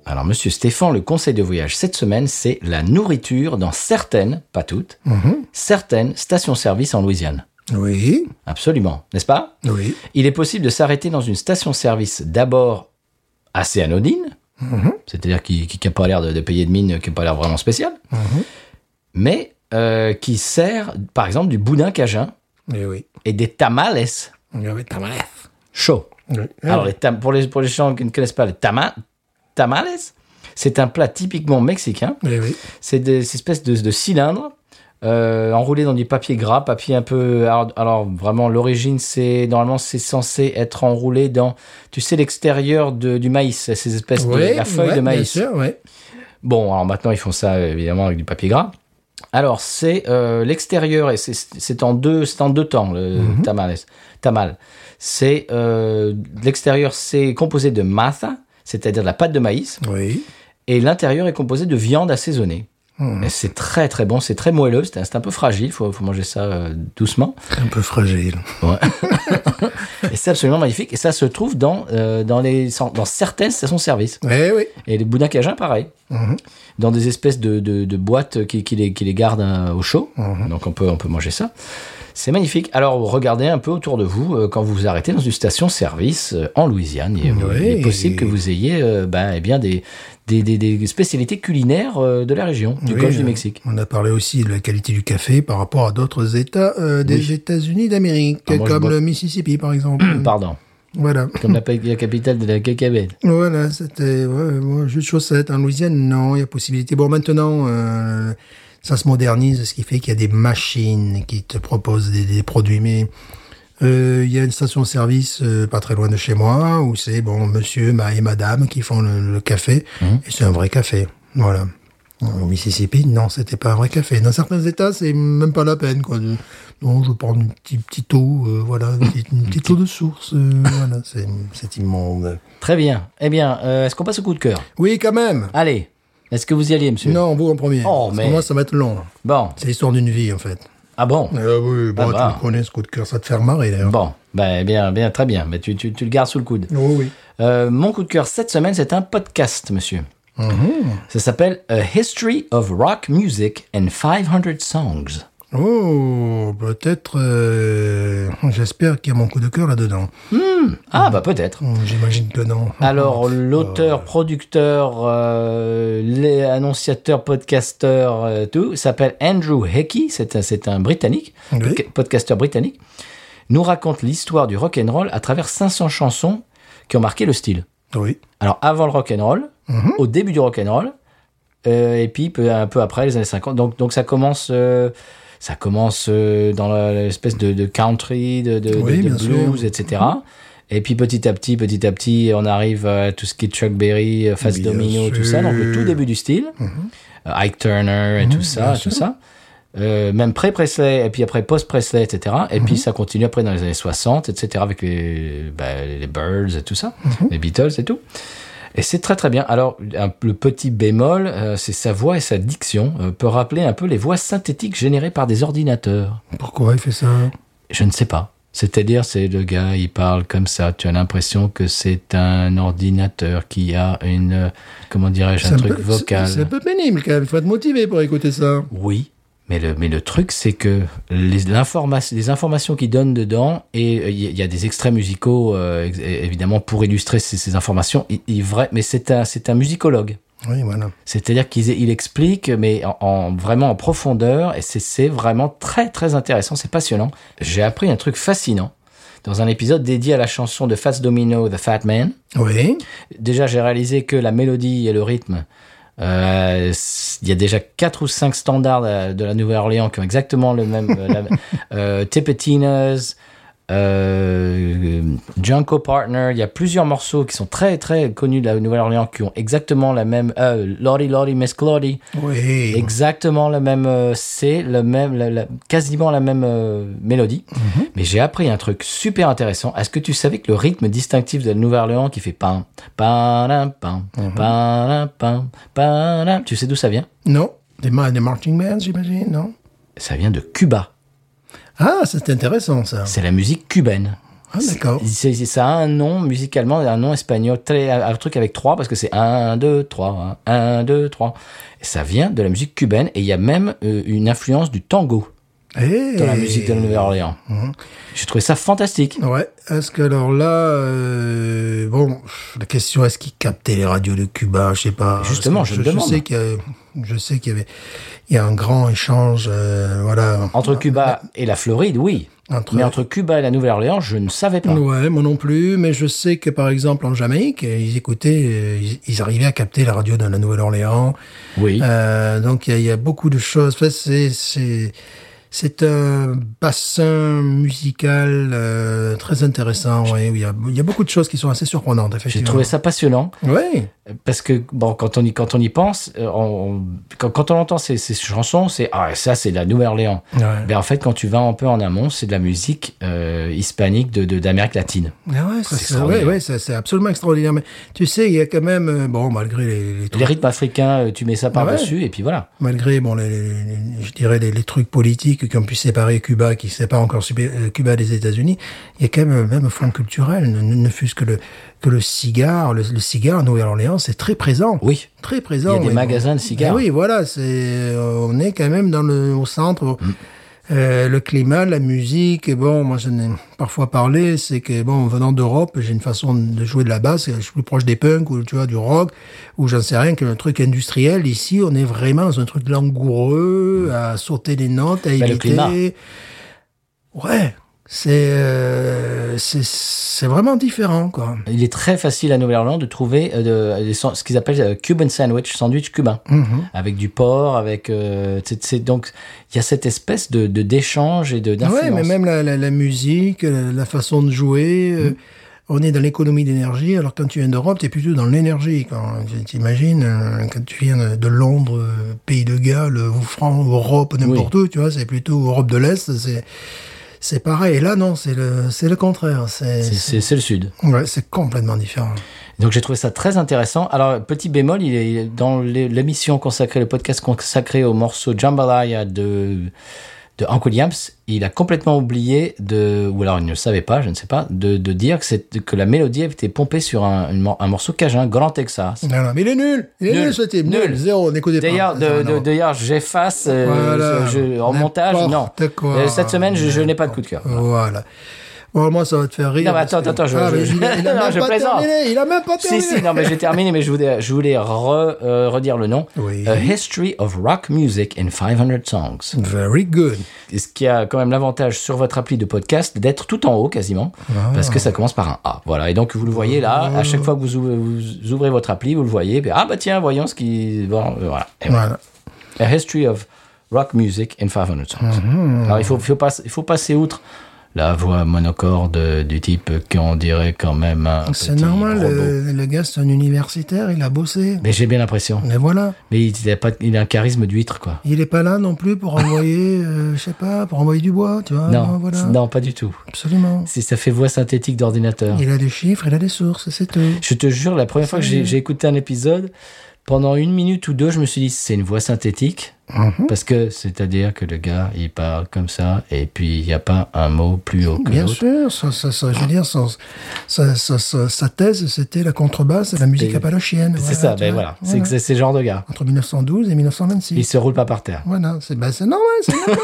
Speaker 1: Alors, monsieur Stéphane, le conseil de voyage cette semaine, c'est la nourriture dans certaines, pas toutes, certaines stations-service en Louisiane.
Speaker 3: oui,
Speaker 1: Absolument, n'est-ce pas
Speaker 3: oui.
Speaker 1: Il est possible de s'arrêter dans une station-service d'abord assez anodine, c'est-à-dire qui n'a pas l'air de, de payer de mine, qui n'a pas l'air vraiment spécial, mais euh, qui sert par exemple du boudin cajun
Speaker 3: Et Eh oui.
Speaker 1: et des tamales
Speaker 3: Et oui, tamalef.
Speaker 1: chauds.
Speaker 3: Ah Oui.
Speaker 1: Alors les tam- pour, les, pour les gens qui ne connaissent pas les tama- tamales, c'est un plat typiquement mexicain.
Speaker 3: Eh oui.
Speaker 1: C'est des ces espèces de, de cylindres euh, enroulés dans du papier gras, papier un peu. Alors, alors, vraiment, l'origine, c'est normalement c'est censé être enroulé dans, tu sais, l'extérieur de- du maïs, ces espèces
Speaker 3: Ouais,
Speaker 1: de la feuille
Speaker 3: ouais,
Speaker 1: de
Speaker 3: Bien
Speaker 1: maïs.
Speaker 3: sûr, ouais.
Speaker 1: Bon, alors maintenant ils font ça évidemment avec du papier gras. Alors c'est euh, l'extérieur et c'est- c'est en deux, c'est en deux temps le
Speaker 3: Mhm.
Speaker 1: tamales- tamal. C'est euh, l'extérieur, c'est composé de masa, c'est-à-dire de la pâte de maïs,
Speaker 3: Oui.
Speaker 1: et l'intérieur est composé de viande assaisonnée. Et c'est très très bon, c'est très moelleux, c'est un- c'est un peu fragile, faut, faut manger ça euh, doucement.
Speaker 3: Un peu fragile.
Speaker 1: Et c'est absolument magnifique. Et ça se trouve dans euh, dans les dans certaines stations-service.
Speaker 3: Eh oui.
Speaker 1: Et les boudins cajun, pareil. Dans des espèces de, de- de boîtes qui, qui les, qui les gardent euh, au chaud. Donc on peut, on peut manger ça. C'est magnifique. Alors regardez un peu autour de vous euh, quand vous vous arrêtez dans une station-service euh, en Louisiane. Il,
Speaker 3: Ouais.
Speaker 1: il est possible que vous ayez euh, ben, eh bien des, des, des- des spécialités culinaires euh, de la région, du
Speaker 3: Oui,
Speaker 1: Golfe du
Speaker 3: euh,
Speaker 1: Mexique.
Speaker 3: On a parlé aussi de la qualité du café par rapport à d'autres États euh, des États-Unis d'Amérique,
Speaker 1: Ah, moi, je
Speaker 3: comme
Speaker 1: bois-
Speaker 3: le Mississippi, par exemple.
Speaker 1: Pardon,
Speaker 3: voilà.
Speaker 1: comme la, pa- la capitale de la cacabelle.
Speaker 3: Voilà, c'était ouais, ouais, juste chaussettes. En Louisiane, non, il y a possibilité. Bon, maintenant, euh, ça se modernise, ce qui fait qu'il y a des machines qui te proposent des, des produits. Mais euh, il y a une station-service euh, pas très loin de chez moi où c'est bon, monsieur ma- et madame qui font le, le café. Et c'est un vrai café. Voilà. Au Mississippi, non, c'était pas un vrai café. Dans certains États, c'est même pas la peine. Quoi. De- Non, je prends une petite, petite eau, euh, voilà, une petite, une petite eau de source. euh, voilà, c'est c'est immonde.
Speaker 1: Très bien. Eh bien, euh, est-ce qu'on passe au coup de cœur
Speaker 3: Oui, quand même.
Speaker 1: Allez, est-ce que vous y alliez, monsieur
Speaker 3: Non, vous en premier.
Speaker 1: Oh,
Speaker 3: Parce que
Speaker 1: mais-
Speaker 3: Moi, ça va être long.
Speaker 1: Bon.
Speaker 3: C'est l'histoire d'une vie, en fait.
Speaker 1: Ah bon
Speaker 3: Ah oui, bon,
Speaker 1: Ah bah.
Speaker 3: tu le connais ce coup de cœur, ça te fait marrer, d'ailleurs.
Speaker 1: Bon, ben, bien, bien, très bien. Mais tu, tu, tu le gardes sous le coude.
Speaker 3: Oh oui.
Speaker 1: Euh, mon coup de cœur cette semaine, c'est un podcast, monsieur.
Speaker 3: Mhm.
Speaker 1: Ça s'appelle A History of Rock Music and 500 Songs.
Speaker 3: Oh, peut-être. euh, J'espère qu'il y a mon coup de cœur là-dedans.
Speaker 1: Ah, bah peut-être.
Speaker 3: Oh, J'imagine que non.
Speaker 1: Alors, l'auteur, producteur, euh, les- annonciateur, podcasteur, euh, tout, s'appelle Andrew Hickey, c'est un, c'est un Britannique,
Speaker 3: Oui.
Speaker 1: podca- podcasteur britannique, nous raconte l'histoire du rock and roll à travers 500 chansons qui ont marqué le style.
Speaker 3: Ah Oui. Mhm.
Speaker 1: Alors avant le rock'n'roll, au début du rock'n'roll, euh, et puis peu- un peu après les années 50. Donc, donc ça commence, euh, ça commence euh, dans la- l'espèce de, de country, de, de- de-
Speaker 3: Oui,
Speaker 1: de
Speaker 3: bien
Speaker 1: blues,
Speaker 3: sûr. Mhm.
Speaker 1: etc. Et puis petit à petit, petit à petit, on arrive à tout ce qui est Chuck Berry, euh, Fats
Speaker 3: Bien
Speaker 1: Domino, tout
Speaker 3: sûr.
Speaker 1: ça. Donc le tout début du style, Euh, Ike Turner et tout ça,
Speaker 3: bien
Speaker 1: tout ça. euh, même pré-Presley, et puis après post-Presley, etc. Et
Speaker 3: Mhm.
Speaker 1: puis ça continue après dans les années 60, etc. avec les, bah, les Birds et tout ça,
Speaker 3: Mhm.
Speaker 1: les Beatles et tout. Et c'est très très bien. Alors un- le petit bémol, euh, c'est sa voix et sa diction euh, peut rappeler un peu les voix synthétiques générées par des ordinateurs.
Speaker 3: Pourquoi il fait ça
Speaker 1: Je ne sais pas. C'est-à-dire, c'est le gars, il parle comme ça. Tu as l'impression que c'est un ordinateur qui a une, euh, comment dirais-je, un,
Speaker 3: C'est
Speaker 1: truc
Speaker 3: peu-
Speaker 1: vocal.
Speaker 3: c'est- C'est un peu pénible quand même. Il faut être motivé pour écouter ça.
Speaker 1: Oui, mais le, mais le truc, c'est que les, l'informa- les informations qu'ils donnent dedans, et euh, il y, a- il y a des extraits musicaux, euh, ex- é- évidemment, pour illustrer ces, ces informations, il, il vrai, mais c'est un, c'est un musicologue.
Speaker 3: Oui, voilà.
Speaker 1: C'est-à-dire qu'il il explique, mais en, en- vraiment en profondeur, et c'est- c'est vraiment très très intéressant, c'est passionnant. J'ai appris un truc fascinant dans un épisode dédié à la chanson de Fats Domino, The Fat Man.
Speaker 3: Oui.
Speaker 1: Déjà, j'ai réalisé que la mélodie et le rythme, euh, s- il y a déjà quatre ou cinq standards euh, de la Nouvelle-Orléans qui ont exactement le même. euh, la- euh, Tipitinas, euh, Junko Partner, il y a plusieurs morceaux qui sont très très connus de la Nouvelle-Orléans qui ont exactement la même. Euh, Lottie Lottie Miss Claudie,
Speaker 3: Oui.
Speaker 1: exactement le même euh, C, le même, la- la- quasiment la même euh, mélodie. Mais j'ai appris un truc super intéressant. Est-ce que tu savais que le rythme distinctif de la Nouvelle-Orléans qui fait pam, pam, pam, pam, pam, pam, tu sais d'où ça vient
Speaker 3: Non. Des, ma- des marching bands, j'imagine, non
Speaker 1: Ça vient de Cuba.
Speaker 3: Ah, c'est intéressant ça.
Speaker 1: C'est la musique cubaine.
Speaker 3: Ah, d'accord.
Speaker 1: C'est- c'est- ça a un nom musicalement, un nom espagnol, très, un truc avec trois, parce que c'est 1, 2, 3, 1, 2, 3. Ça vient de la musique cubaine, et il y a même euh, une influence du tango.
Speaker 3: Eh.
Speaker 1: dans la musique de la Nouvelle-Orléans.
Speaker 3: Mhm.
Speaker 1: J'ai trouvé ça fantastique.
Speaker 3: Ouais. Est-ce que alors là, euh, bon, pff, la question est-ce qu'il captait les radios de Cuba Je sais pas.
Speaker 1: Justement,
Speaker 3: Parce que
Speaker 1: je me demande.
Speaker 3: Je sais qu'il y a, je sais qu'il y avait, il y a un grand échange, euh, voilà.
Speaker 1: Entre Cuba et la Floride, oui.
Speaker 3: Entre-
Speaker 1: Mais entre Cuba et la Nouvelle-Orléans, je ne savais pas.
Speaker 3: Ouais, moi non plus, mais je sais que par exemple en Jamaïque, ils écoutaient, euh, ils, ils arrivaient à capter la radio de la Nouvelle-Orléans.
Speaker 1: Oui.
Speaker 3: Euh, donc il y, a- il y a beaucoup de choses. Enfin, c'est c'est c'est un bassin musical euh, très intéressant. ouais, où il y a il y a beaucoup de choses qui sont assez surprenantes.
Speaker 1: J'ai
Speaker 3: Effectivement.
Speaker 1: trouvé ça passionnant
Speaker 3: Ouais.
Speaker 1: parce que bon, quand on y quand on y pense, euh, on- quand, quand on entend ces, ces chansons, c'est ah ça c'est la Nouvelle-Orléans.
Speaker 3: Ouais.
Speaker 1: Ben, en fait, quand tu vas un peu en amont, c'est de la musique euh, hispanique de de- d'Amérique latine.
Speaker 3: Ah
Speaker 1: C'est
Speaker 3: ouais, ça, c'est ouais,
Speaker 1: extraordinaire.
Speaker 3: ouais, ça, c'est absolument extraordinaire. Mais tu sais, il y a quand même, euh, bon, malgré les, les trucs,
Speaker 1: Les rythmes africains, euh, tu
Speaker 3: Ah
Speaker 1: mets ça par dessus et puis voilà.
Speaker 3: malgré bon, les, les- les- je dirais les, les trucs politiques qui ont pu séparer Cuba, qui séparent encore supé- euh, Cuba des États-Unis, il y a quand même euh, même un fond culturel, ne, ne- ne fût-ce que le que le cigare, le, le cigare en Nouvelle-Orléans, c'est très présent.
Speaker 1: Oui.
Speaker 3: Très présent.
Speaker 1: Il y a des
Speaker 3: oui.
Speaker 1: magasins de cigares.
Speaker 3: Ah oui, voilà, c'est, euh, on est quand même dans le, au
Speaker 1: Mm.
Speaker 3: centre. Euh, le climat, la musique, et bon, moi j'en ai parfois parlé, c'est que bon, venant d'Europe, j'ai une façon de jouer de la basse, je suis plus proche des punks ou tu vois du rock, ou j'en sais rien que un truc industriel. Ici, on est vraiment dans un truc langoureux, à sauter les notes, à
Speaker 1: Mm. Ben, le
Speaker 3: éviter.
Speaker 1: climat.
Speaker 3: Ouais, c'est euh, c'est c'est vraiment différent quoi.
Speaker 1: Il est très facile à Nouvelle-Orléans de trouver euh, de- des san- ce qu'ils appellent euh, Cuban sandwich, sandwich cubain, avec du porc, avec euh, c'est- c'est- donc il y a cette espèce de de- d'échange et de
Speaker 3: Ouais,
Speaker 1: d'influence.
Speaker 3: mais même la, la, la musique, euh, la, la façon de jouer. euh,
Speaker 1: Mm.
Speaker 3: On est dans l'économie d'énergie, alors quand tu viens d'Europe, t'es plutôt dans l'énergie. Quand tu- t'imagines, euh, quand tu viens de- de Londres, euh, pays de Galles, ou France, Europe, n'importe où, tu vois, c'est plutôt Europe de l'Est, c'est c'est pareil. Et là, non, c'est le c'est le contraire. C'est
Speaker 1: C'est- c'est c'est le sud.
Speaker 3: ouais, c'est complètement différent.
Speaker 1: Donc j'ai trouvé ça très intéressant. Alors petit bémol, il est dans l'é- l'émission consacrée, le podcast consacré au morceau Jambalaya de de Hank Williams, il a complètement oublié de, ou alors il ne le savait pas, je ne sais pas, de, de dire que, c'est- que la mélodie avait été pompée sur un, une mor- un morceau cajun, Grand Texas.
Speaker 3: Non, non, mais il est nul, il est nul,
Speaker 1: Nul.
Speaker 3: ce type, nul,
Speaker 1: Nul.
Speaker 3: zéro, n'écoutez pas.
Speaker 1: D'ailleurs, de-
Speaker 3: Non,
Speaker 1: de-
Speaker 3: non.
Speaker 1: d'ailleurs, j'efface euh,
Speaker 3: Voilà.
Speaker 1: je- je- en montage. Non.
Speaker 3: N'importe quoi.
Speaker 1: Euh, Cette semaine, je, je n'ai pas de coup de cœur.
Speaker 3: Voilà. Bon, moi, ça va te faire rire.
Speaker 1: Non, mais
Speaker 3: parce
Speaker 1: attends,
Speaker 3: que-
Speaker 1: attends, je-
Speaker 3: Ah,
Speaker 1: je-
Speaker 3: mais il, il a
Speaker 1: non,
Speaker 3: même
Speaker 1: je
Speaker 3: pas
Speaker 1: plaisante.
Speaker 3: terminé. Il a même pas
Speaker 1: Si,
Speaker 3: terminé.
Speaker 1: si, non, mais j'ai terminé, mais je voulais, je voulais re, euh, redire le nom.
Speaker 3: Oui.
Speaker 1: A History of Rock Music in 500 Songs.
Speaker 3: Very good.
Speaker 1: Et Ce qui a quand même l'avantage sur votre appli de podcast d'être tout en haut quasiment,
Speaker 3: Ah.
Speaker 1: parce que ça commence par un A. Voilà, et donc vous le voyez là, à chaque fois que vous ouvrez, vous ouvrez votre appli, vous le voyez, puis, ah bah tiens, voyons ce qui... Bon, euh, voilà. Et
Speaker 3: Voilà. Mm-hmm.
Speaker 1: A History of Rock Music in 500 Songs. Alors, il faut, faut pas- il faut passer outre la voix monocorde du type qu'on dirait quand même un
Speaker 3: C'est
Speaker 1: petit
Speaker 3: normal, euh.
Speaker 1: robot.
Speaker 3: le, le gars c'est un universitaire, il a bossé.
Speaker 1: Mais j'ai bien l'impression.
Speaker 3: Mais voilà,
Speaker 1: Mais il a, pas, il a un charisme d'huître, quoi.
Speaker 3: il est pas là non plus pour envoyer, euh, je sais pas, pour envoyer du bois, tu vois.
Speaker 1: non,
Speaker 3: Ah, voilà.
Speaker 1: non, pas du tout.
Speaker 3: Absolument.
Speaker 1: Si ça fait voix synthétique d'ordinateur.
Speaker 3: Il a des chiffres, il a des sources, c'est tout.
Speaker 1: Je te jure, la première fois que j'ai j'ai écouté un épisode, pendant une minute ou deux, je me suis dit, c'est une voix synthétique.
Speaker 3: Mhm.
Speaker 1: Parce que c'est-à-dire que le gars, il parle comme ça, et puis il n'y a pas un mot plus haut que
Speaker 3: Bien
Speaker 1: l'autre.
Speaker 3: sûr, ça, ça, ça, je veux dire, son- sa, sa- sa- sa thèse, c'était la contrebasse et la musique
Speaker 1: C'était-
Speaker 3: appalachienne.
Speaker 1: C'est ça,
Speaker 3: tu
Speaker 1: ben
Speaker 3: vois.
Speaker 1: voilà. C'est que c'est ce genre de gars.
Speaker 3: Entre 1912 et
Speaker 1: Il
Speaker 3: 1926.
Speaker 1: se roule pas par terre.
Speaker 3: Voilà, c'est ben, c'est normal, c'est normal,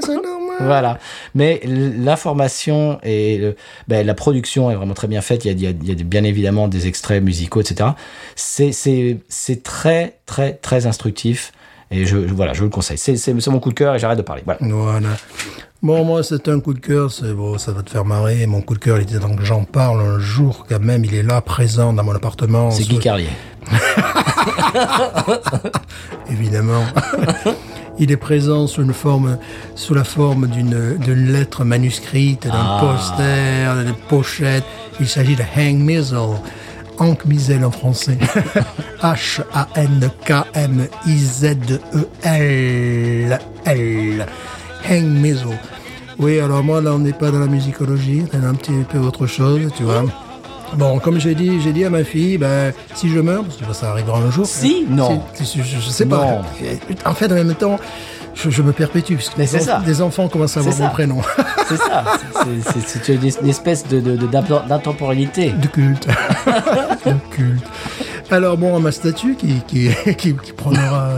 Speaker 3: c'est normal.
Speaker 1: Voilà. Mais l- l'information et le- ben, la production est vraiment très bien faite. Il y a, il y a- il y a des- bien évidemment des extraits musicaux, etc. C'est- C'est c'est très, très, très instructif. Et je, je- voilà, je vous le conseille. C'est c'est- c'est mon coup de cœur et j'arrête de parler. Voilà.
Speaker 3: Voilà. Bon, moi, c'est un coup de cœur. C'est bon, ça va te faire marrer. Mon coup de cœur, il était temps que j'en parle un jour quand même. Il est là, présent dans mon appartement.
Speaker 1: C'est
Speaker 3: sous-
Speaker 1: Guy Carlier.
Speaker 3: Évidemment. il est présent sous une forme, sous la forme d'une d'une lettre manuscrite, d'un
Speaker 1: Ah.
Speaker 3: poster, d'une pochette. Il s'agit de Hank Mizzle. Hank Mizzle en français. H-A-N-K-M-I-Z-E-L. E L. Hank Mizzle. Oui, alors moi, là, on n'est pas dans la musicologie, on est dans un petit peu autre chose, tu vois. Bon, comme j'ai dit, j'ai dit à ma fille, ben, si je meurs, parce que ça arrivera un jour. hein,
Speaker 1: Si, non.
Speaker 3: Si, si, je, je sais pas.
Speaker 1: Non.
Speaker 3: En fait, en même temps, je, je me perpétue, parce que
Speaker 1: Mais
Speaker 3: les,
Speaker 1: c'est ça.
Speaker 3: les enfants commencent à
Speaker 1: C'est
Speaker 3: avoir mon
Speaker 1: ça.
Speaker 3: prénom
Speaker 1: C'est ça. C'est- c'est- C'est c'est une es- une espèce de- de- de- d'impo- d'intemporalité.
Speaker 3: de culte. de culte. Alors bon, ma statue qui, qui, qui, qui prendra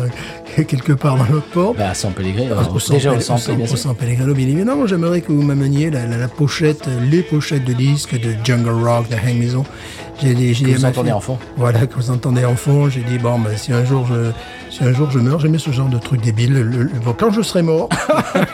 Speaker 3: euh, quelque part dans notre port.
Speaker 1: Bah, sans Pellegrino.
Speaker 3: Au
Speaker 1: Déjà,
Speaker 3: San-
Speaker 1: on
Speaker 3: au
Speaker 1: s'en
Speaker 3: San-
Speaker 1: bien
Speaker 3: au
Speaker 1: sûr.
Speaker 3: San Pellegrino, bien évidemment. J'aimerais que vous m'ameniez la, la- la pochette, euh, les pochettes de disques de Jungle Rock, de Hang Maison. J'ai dit, j'ai dit à
Speaker 1: vous
Speaker 3: ma
Speaker 1: entendez
Speaker 3: fille-
Speaker 1: en fond.
Speaker 3: Voilà, que vous entendez en fond. J'ai dit, bon, ben, si un jour je, si un jour je meurs, j'aimais ce genre de truc débile. Le- le- quand je serai mort,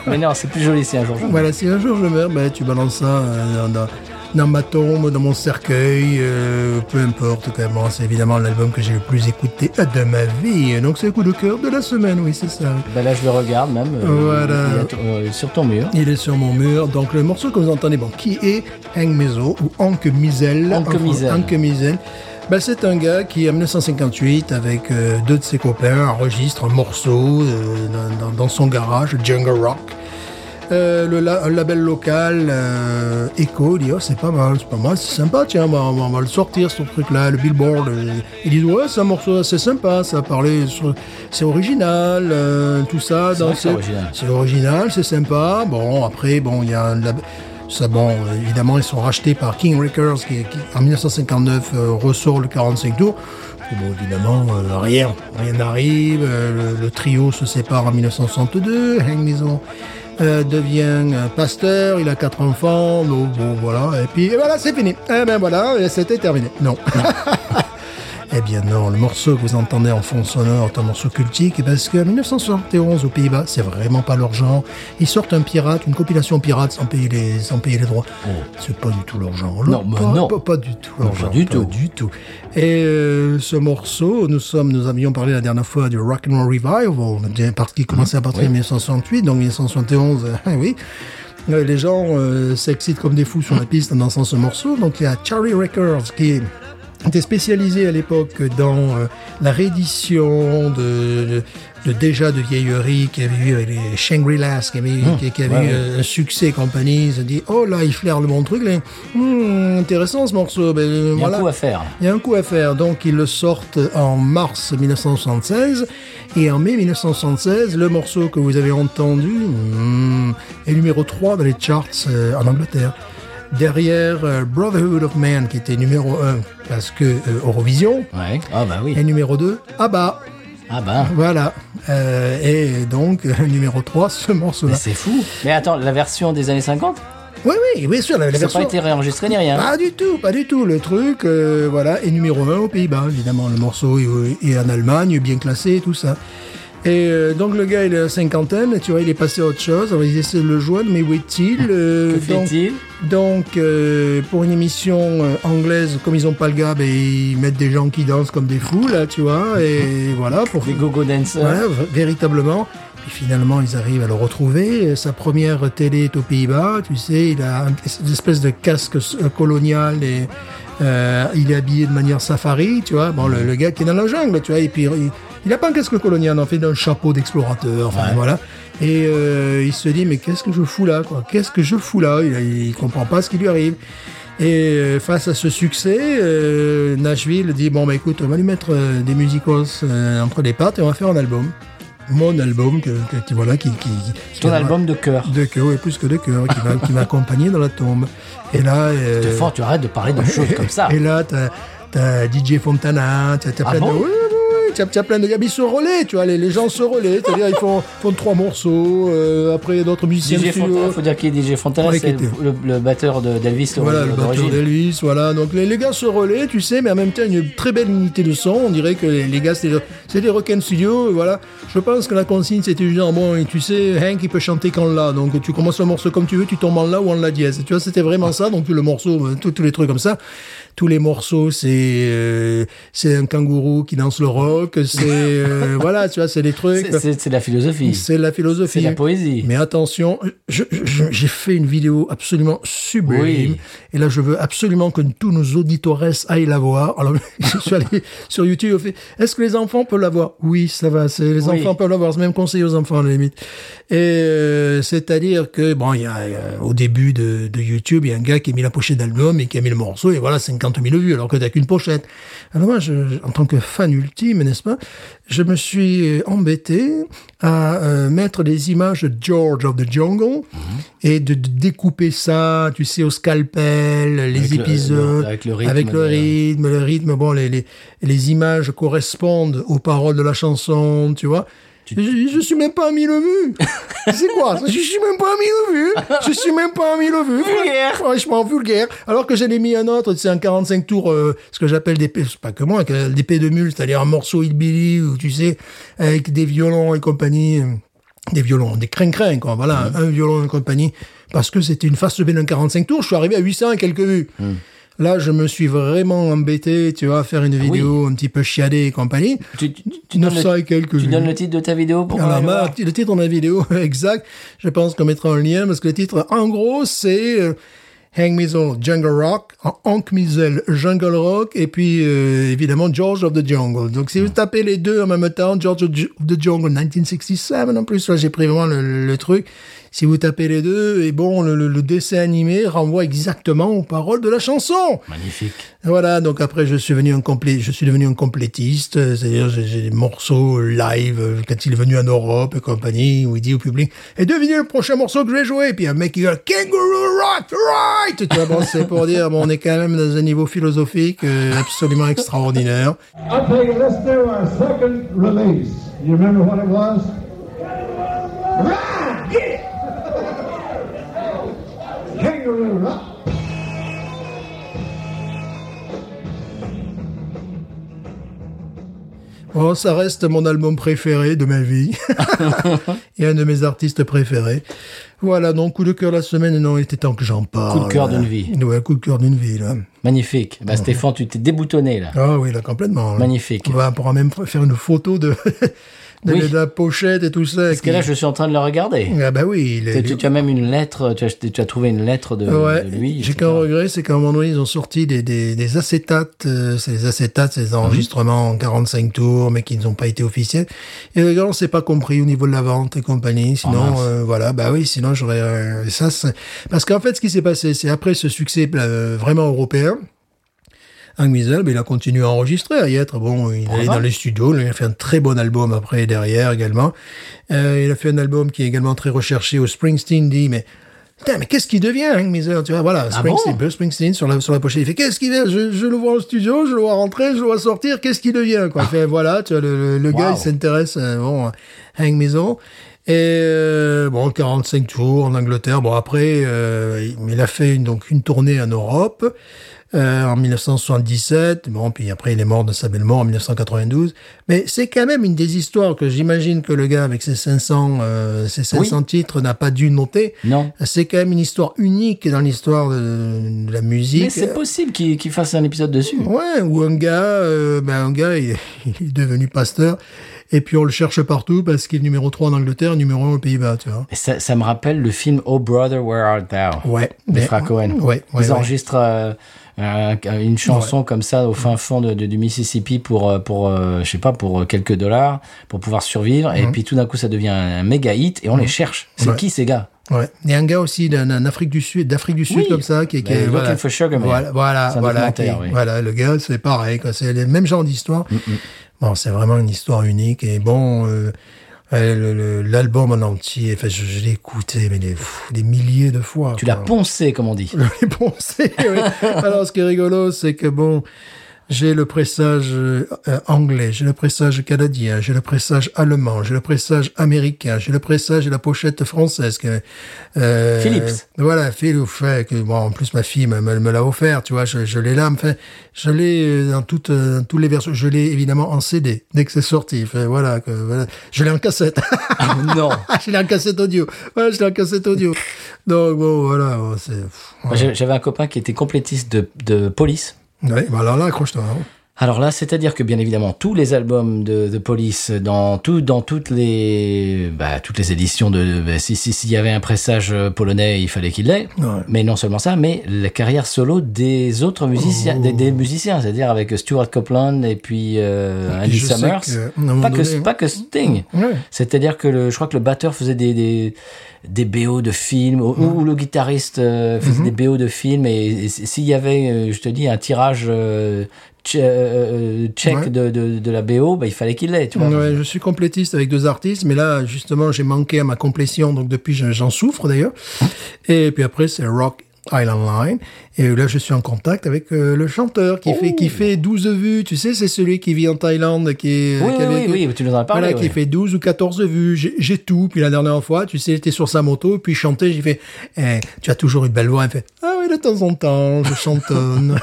Speaker 1: Mais non, c'est plus joli si un jour. je-
Speaker 3: Voilà, si un jour je meurs, ben, tu balances ça euh, dans, dans- dans ma tombe, dans mon cercueil, euh, peu importe. quand même. Bon, c'est évidemment l'album que j'ai le plus écouté euh, de ma vie. Donc c'est le coup de cœur de la semaine, oui, c'est ça.
Speaker 1: Bah, là, je le regarde même. euh,
Speaker 3: Voilà.
Speaker 1: il y a t- euh, sur ton mur.
Speaker 3: Il est sur mon mur. Donc le morceau que vous entendez, bon, qui est Hank Mezo ou Hank Mizel
Speaker 1: Hank
Speaker 3: Enfin,
Speaker 1: Mizel.
Speaker 3: Hank Mizel. Ben, c'est un gars qui, en 1958, avec euh, deux de ses copains, enregistre un morceau euh, dans, dans- dans son garage, Jungle Rock. Euh, le la- un label local, euh, Echo, dit oh, c'est pas mal, c'est pas mal, c'est sympa, tiens, on va, on va- on va le sortir ce truc-là, le Billboard. euh, ils disent ouais, c'est un morceau assez sympa, ça parlait, sur- c'est original, euh, tout ça.
Speaker 1: vrai
Speaker 3: dans
Speaker 1: que c'est
Speaker 3: ce-
Speaker 1: original.
Speaker 3: c'est original, c'est sympa. Bon, après, bon, il y a un lab- ça, bon, euh, évidemment, ils sont rachetés par King Records qui, qui, en 1959 euh, ressort le 45 tours. Et bon, évidemment, euh, rien, rien n'arrive. euh, le, le trio se sépare en 1962. Hank Maison euh, devient euh, pasteur. Il a quatre enfants. Bon, bon, voilà. Et puis, et voilà, c'est fini. Eh ben voilà, et c'était terminé. Non. Eh bien non, le morceau que vous entendez en fond sonore est un morceau cultique parce qu'en 1971 aux Pays-Bas, c'est vraiment pas leur genre. Ils sortent un pirate, une compilation pirate sans payer les, sans payer les droits. C'est pas du tout leur genre.
Speaker 1: Oh. Non, mais
Speaker 3: pas,
Speaker 1: non.
Speaker 3: Pas, pas du tout leur
Speaker 1: Non, pas
Speaker 3: genre.
Speaker 1: du
Speaker 3: pas
Speaker 1: tout.
Speaker 3: du tout. Et euh, ce morceau, nous sommes, nous avions parlé la dernière fois du Rock and Roll Revival, d'une partie qui commençait à partir de 1968, donc 1971, euh, oui. Euh, Les gens euh, s'excitent comme des fous sur la piste en dansant ce morceau. Donc il y a Charlie Records qui était spécialisé à l'époque dans euh, la réédition de, de- de déjà de vieilleries qui avait eu avec les Shangri-Las, qui avait, eu-
Speaker 1: Ah,
Speaker 3: qui, qui avait eu euh, un succès et compagnie. Ils se dit oh là, il flaire le bon truc. Là. Hmm, intéressant ce morceau. Ben,
Speaker 1: Il y
Speaker 3: euh,
Speaker 1: a
Speaker 3: voilà.
Speaker 1: un coup à faire.
Speaker 3: Il y a un coup à faire, donc ils le sortent en mars 1976 et en mai 1976, le morceau que vous avez entendu hmm, est numéro 3 dans les charts euh, en Angleterre. Derrière euh, Brotherhood of Man qui était numéro 1 parce que euh, Eurovision
Speaker 1: Ouais. Ah, bah oui.
Speaker 3: et numéro 2 Abba.
Speaker 1: Ah, bah.
Speaker 3: Voilà. Euh, et donc numéro 3 ce
Speaker 1: Mais
Speaker 3: morceau-là.
Speaker 1: c'est fou. Mais attends, la version des années 50
Speaker 3: Oui oui, bien sûr, la, la
Speaker 1: Ça n'a
Speaker 3: version Ah,
Speaker 1: pas été réenregistré ni rien.
Speaker 3: Pas du tout, pas du tout. Le truc, euh, voilà, est numéro un aux Pays-Bas, évidemment. Le morceau est, est en Allemagne, bien classé, et tout ça. Et euh, donc le gars, il est à la cinquantaine, tu vois, il est passé à autre chose. Alors ils essaient de le joindre, mais où est-il Euh,
Speaker 1: que
Speaker 3: donc-
Speaker 1: fait-il
Speaker 3: donc, euh, pour une émission euh, anglaise, comme ils ont pas le gars, ben, ils mettent des gens qui dansent comme des fous, là, tu vois, et voilà, pour
Speaker 1: Des go-go dancers.
Speaker 3: voilà, v- véritablement. Puis finalement, ils arrivent à le retrouver. Euh, Sa première télé est aux Pays-Bas, tu sais, il a un- une espèce de casque s- euh, colonial et euh, il est habillé de manière safari, tu vois. Bon, le, le gars qui est dans la jungle, tu vois, et puis il- il n'a pas un casque colonial, en fait, il a un chapeau d'explorateur, enfin voilà. Et euh, il se dit, mais qu'est-ce que je fous là, quoi Qu'est-ce que je fous là Il ne comprend pas ce qui lui arrive. Et euh, face à ce succès, euh, Nashville dit bon bah écoute, on va lui mettre euh, des musicos euh, entre les pattes et on va faire un album. Mon album que, que- qui- voilà qui, qui qui-
Speaker 1: Ton
Speaker 3: qui-
Speaker 1: album de cœur.
Speaker 3: de cœur et plus que de cœur qui va qui m'a accompagné dans la tombe. Et là euh,
Speaker 1: T'es fort, tu arrêtes de parler de choses comme ça.
Speaker 3: et là t'as t'as DJ Fontana, t'as t'as
Speaker 1: Ah
Speaker 3: plein
Speaker 1: bon
Speaker 3: de Ouais, ouais, ouais, t'as- t'as plein de gars, mais ils se relaient, tu vois, les, les gens se relaient, c'est-à-dire ils font, font trois morceaux, euh, après d'autres musiciens.
Speaker 1: DJ
Speaker 3: dessus,
Speaker 1: Fontana,
Speaker 3: euh,
Speaker 1: faut dire qui est DJ Fontana,
Speaker 3: Ouais,
Speaker 1: c'est
Speaker 3: qui était-
Speaker 1: le, le batteur de- d'Elvis
Speaker 3: Voilà, le batteur
Speaker 1: d'origine.
Speaker 3: d'Elvis, voilà. Donc les, les gars se relaient, tu sais, mais en même temps, une très belle unité de son. On dirait que les, les gars, c'est c'est des Rock'n Studio, et voilà. Je pense que la consigne, c'était du genre, bon, et tu sais, Hank, il peut chanter qu'en la. Donc tu commences le morceau comme tu veux, tu tombes en la ou en la dièse. Tu vois, c'était vraiment ça. Donc le morceau, euh, tous tous les trucs comme ça. Tous les morceaux, c'est euh, c'est un kangourou qui danse le rock, c'est... euh, voilà, tu vois, c'est des trucs...
Speaker 1: C'est- C'est c'est de la philosophie,
Speaker 3: C'est la
Speaker 1: c'est
Speaker 3: philosophie.
Speaker 1: de la poésie.
Speaker 3: Mais attention, je- je- j'ai fait une vidéo absolument sublime.
Speaker 1: Oui.
Speaker 3: Et là, je veux absolument que tous nos auditores aillent la voir. Alors, je suis allé sur YouTube, j'ai fait, est-ce que les enfants peuvent la voir Oui, ça va, c'est, les
Speaker 1: Oui.
Speaker 3: enfants peuvent la voir. C'est même conseil aux enfants, à la limite. Et euh, c'est-à-dire que, bon, il y a, euh, au début de, de YouTube, il y a un gars qui a mis la pochette d'album et qui a mis le morceau, et voilà, 50 000 vues, alors que t'as qu'une pochette. Alors moi, je- je- en tant que fan ultime, n'est-ce pas, je me suis euh, embêté à euh, mettre des images de George of the Jungle
Speaker 1: Mhm.
Speaker 3: et de, de découper ça, tu sais, au scalpel, les
Speaker 1: Avec le-
Speaker 3: épisodes,
Speaker 1: le- avec le rythme
Speaker 3: avec le
Speaker 1: de-
Speaker 3: rythme, le rythme, bon, les, les, les images correspondent aux paroles de la chanson, tu vois. Je, je suis même pas à 1000 vues. C'est quoi ça Je suis même pas à 1000 vues. Je suis même pas à 1000 vues.
Speaker 1: Vulgaire.
Speaker 3: Franchement, vulgaire. Alors que j'en ai mis un autre, c'est un 45 tours, euh, ce que j'appelle des, P- c'est pas que moi, que des P de mule, c'est-à-dire un morceau hillbilly, ou tu sais, avec des violons et compagnie. euh, Des violons, des crin-crin, quoi. Voilà,
Speaker 1: Mhm.
Speaker 3: un violon et compagnie. Parce que c'était une face B d'un 45 tours, je suis arrivé à 800 et quelques vues.
Speaker 1: Mhm.
Speaker 3: Là, je me suis vraiment embêté, tu vois, à faire une vidéo un petit peu chiadée et compagnie.
Speaker 1: Tu, Ah tu- tu donnes
Speaker 3: 900
Speaker 1: le,
Speaker 3: et quelques
Speaker 1: tu
Speaker 3: vues.
Speaker 1: donnes le titre de ta vidéo pour qu'on
Speaker 3: Alors,
Speaker 1: aille
Speaker 3: ma-
Speaker 1: voir
Speaker 3: le titre de la vidéo exact, je pense qu'on mettra un lien parce que le titre, en gros, c'est euh, Hang Mizzle Jungle Rock, en- Hank Mizzle Jungle Rock, et puis euh, évidemment George of the Jungle. Donc si vous tapez les deux en même temps, George of Ju- of the Jungle 1967, en plus, là j'ai pris vraiment le, le- le truc. Si vous tapez les deux, et bon, le, le- le dessin animé renvoie exactement aux paroles de la chanson.
Speaker 1: Magnifique.
Speaker 3: Voilà, donc après je suis venu un complé, je suis devenu un complétiste, euh, c'est-à-dire j'ai j'ai des morceaux euh, live euh, quand il est venu en Europe et compagnie où il dit au public et devinez le prochain morceau que je vais jouer et puis un mec qui dit Kangaroo Rock Right, tu vois bon c'est pour dire bon on est quand même dans un niveau philosophique euh, absolument extraordinaire.
Speaker 4: I'm taking this to our second release. You remember what it was? Ride, get it! Kangaroo Rock.
Speaker 3: Bon ça reste mon album préféré de ma vie et un de mes artistes préférés. Voilà donc coup de cœur de la semaine non il était temps que j'en parle.
Speaker 1: Coup de cœur d'une vie.
Speaker 3: Ouais coup de cœur d'une vie là.
Speaker 1: Magnifique. Bah, Stéphane, tu t'es déboutonné là.
Speaker 3: Ah oui, là, complètement. là.
Speaker 1: Magnifique.
Speaker 3: On va- on pourra même faire une photo de, de
Speaker 1: Oui.
Speaker 3: la pochette et tout ça.
Speaker 1: Parce que là, je suis en train de le regarder.
Speaker 3: Ah bah oui, il est...
Speaker 1: Tu, tu- tu as même une lettre, tu as, acheté- tu as trouvé une lettre de,
Speaker 3: Ouais,
Speaker 1: de lui.
Speaker 3: j'ai
Speaker 1: etc.
Speaker 3: qu'un regret, c'est qu'à un moment donné, ils ont sorti des, des, des acétates, euh, c'est les acétates, c'est des
Speaker 1: Mhm.
Speaker 3: enregistrements en 45 tours, mais qui n'ont pas été officiels. Et les gars, on s'est pas compris au niveau de la vente et compagnie.
Speaker 1: Oh,
Speaker 3: Sinon, euh, voilà, bah oui, sinon j'aurais euh, ça. c'est- Parce qu'en fait, ce qui s'est passé, c'est après ce succès euh, vraiment européen. Hank Mizzle, ben, il a continué à enregistrer, à y être. Bon, il est dans les studios, il a fait un très bon album après, derrière également. Euh, il a fait un album qui est également très recherché au Springsteen, dit, mais, putain, mais qu'est-ce qu'il devient, Hank Mizzle? Tu vois, voilà, Springsteen,
Speaker 1: Ah bon
Speaker 3: Bruce Springsteen sur la, sur la pochette, il fait, qu'est-ce qu'il est? Je, je le vois au studio, je le vois rentrer, je le vois sortir, qu'est-ce qu'il devient, quoi. Il fait, voilà, tu vois, le, le- le gars,
Speaker 1: Ah. Wow.
Speaker 3: il s'intéresse, euh, bon, à Hank Mizzle. Et euh, bon, 45 tours en Angleterre. Bon après, euh, il- il a fait une, donc une tournée en Europe. Euh, en 1977. Bon, puis après, il est mort de sa belle mort en 1992. Mais c'est quand même une des histoires que j'imagine que le gars, avec ses 500, euh, ses 500 titres, n'a pas dû noter.
Speaker 1: Non.
Speaker 3: C'est quand même une histoire unique dans l'histoire de, de la musique.
Speaker 1: Mais c'est possible qu'il qu'il fasse un épisode dessus.
Speaker 3: Ouais, ou un gars, euh, ben un gars, il, il est devenu pasteur Et puis on le cherche partout parce qu'il est numéro 3 en Angleterre, numéro 1 aux Pays-Bas, tu vois.
Speaker 1: Et ça, ça me rappelle le film Oh Brother, Where Art Thou
Speaker 3: Ouais.
Speaker 1: de
Speaker 3: mais-
Speaker 1: Frank Cohen.
Speaker 3: Ouais, ouais,
Speaker 1: Ils
Speaker 3: ouais.
Speaker 1: enregistrent euh, un- une chanson comme ça au fin fond de, de- du Mississippi pour, euh, pour euh, je sais pas, pour euh, quelques dollars, pour pouvoir survivre. Et puis tout d'un coup, ça devient un méga hit et on les cherche. C'est
Speaker 3: Ouais.
Speaker 1: qui ces gars
Speaker 3: Ouais. Il y a un gars aussi d'un- d'un Afrique du Sud, d'Afrique du Sud
Speaker 1: Oui.
Speaker 3: comme ça, qui, qui
Speaker 1: Ben,
Speaker 3: est-
Speaker 1: Looking
Speaker 3: voilà.
Speaker 1: for Sugar Man.
Speaker 3: Voilà, voilà,
Speaker 1: C'est un
Speaker 3: voilà,
Speaker 1: documentaire,
Speaker 3: qui-
Speaker 1: oui. Mm,
Speaker 3: voilà, le gars, c'est pareil, quoi. C'est le même genre d'histoire. Bon, c'est vraiment une histoire unique et bon. euh, euh, le- le- L'album en entier, enfin, je, je l'ai écouté mais des, pff, des milliers de fois.
Speaker 1: Tu
Speaker 3: quoi.
Speaker 1: l'as poncé, comme on dit.
Speaker 3: les poncer, oui. Alors, ce qui est rigolo, c'est que bon, j'ai le pressage euh, euh, anglais, j'ai le pressage canadien, j'ai le pressage allemand, j'ai le pressage américain, j'ai le pressage de la pochette française. Que, euh,
Speaker 1: Philips.
Speaker 3: Voilà, Philips. ouais, que, bon, en plus, ma fille me, me- me l'a offert, tu vois, je, je l'ai là. Enfin, je l'ai euh, dans toutes, euh, dans toutes les versions. Je l'ai évidemment en CD, dès que c'est sorti. Enfin, voilà, que, voilà. Je l'ai en cassette.
Speaker 1: non.
Speaker 3: Ah, je l'ai en cassette audio. Ouais, je l'ai en cassette audio. Donc, bon, voilà, bon, c'est... pff,
Speaker 1: Moi, j'ai- J'avais un copain qui était complétiste de, de police.
Speaker 3: Ouais, bah alors là, accroche-toi. hein.
Speaker 1: Alors là, c'est-à-dire que bien évidemment, tous les albums de, de Police, dans, tout, dans toutes, les, bah, toutes les éditions, de, de- bah, si- si- s'il y avait un pressage euh, polonais, il fallait qu'il l'ait.
Speaker 3: Ouais.
Speaker 1: Mais non seulement ça, mais la carrière solo des autres musiciens, des,
Speaker 3: Oh.
Speaker 1: des musiciens, c'est-à-dire avec Stuart Copeland et puis euh, Andy
Speaker 3: je sais
Speaker 1: Summers.
Speaker 3: que, à un moment
Speaker 1: pas, que,
Speaker 3: donné-
Speaker 1: pas que Sting.
Speaker 3: Ouais.
Speaker 1: C'est-à-dire que le, je crois que le batteur faisait des, des, des BO de films, ou, ou
Speaker 3: Mm.
Speaker 1: le guitariste euh,
Speaker 3: Mm-hmm.
Speaker 1: faisait des BO de films, et, et s- s'il y avait, euh, je te dis, un tirage euh, tche- euh, tchèque
Speaker 3: Ouais.
Speaker 1: de, de, de la BO, bah, il fallait qu'il l'ait, tu vois.
Speaker 3: Ouais, je suis complétiste avec deux artistes, mais là, justement, j'ai manqué à ma complétion, donc depuis, je- j'en souffre d'ailleurs. Et puis après, c'est Rock Island Line. Et là, je suis en contact avec euh, le chanteur qui, fait,
Speaker 1: Oh.
Speaker 3: qui fait 12 vues. Tu sais, c'est celui qui vit en Thaïlande, qui est.
Speaker 1: Oui,
Speaker 3: qui
Speaker 1: oui,
Speaker 3: avait-
Speaker 1: oui, oui, tu nous en as parlé.
Speaker 3: Voilà, qui
Speaker 1: ouais.
Speaker 3: fait 12 ou 14 vues. J'ai- J'ai tout. Puis la dernière fois, tu sais, j'étais sur sa moto, puis je chantais, j'ai fait, eh, tu as toujours une belle voix. Elle fait, ah oui, de temps en temps, je chantonne.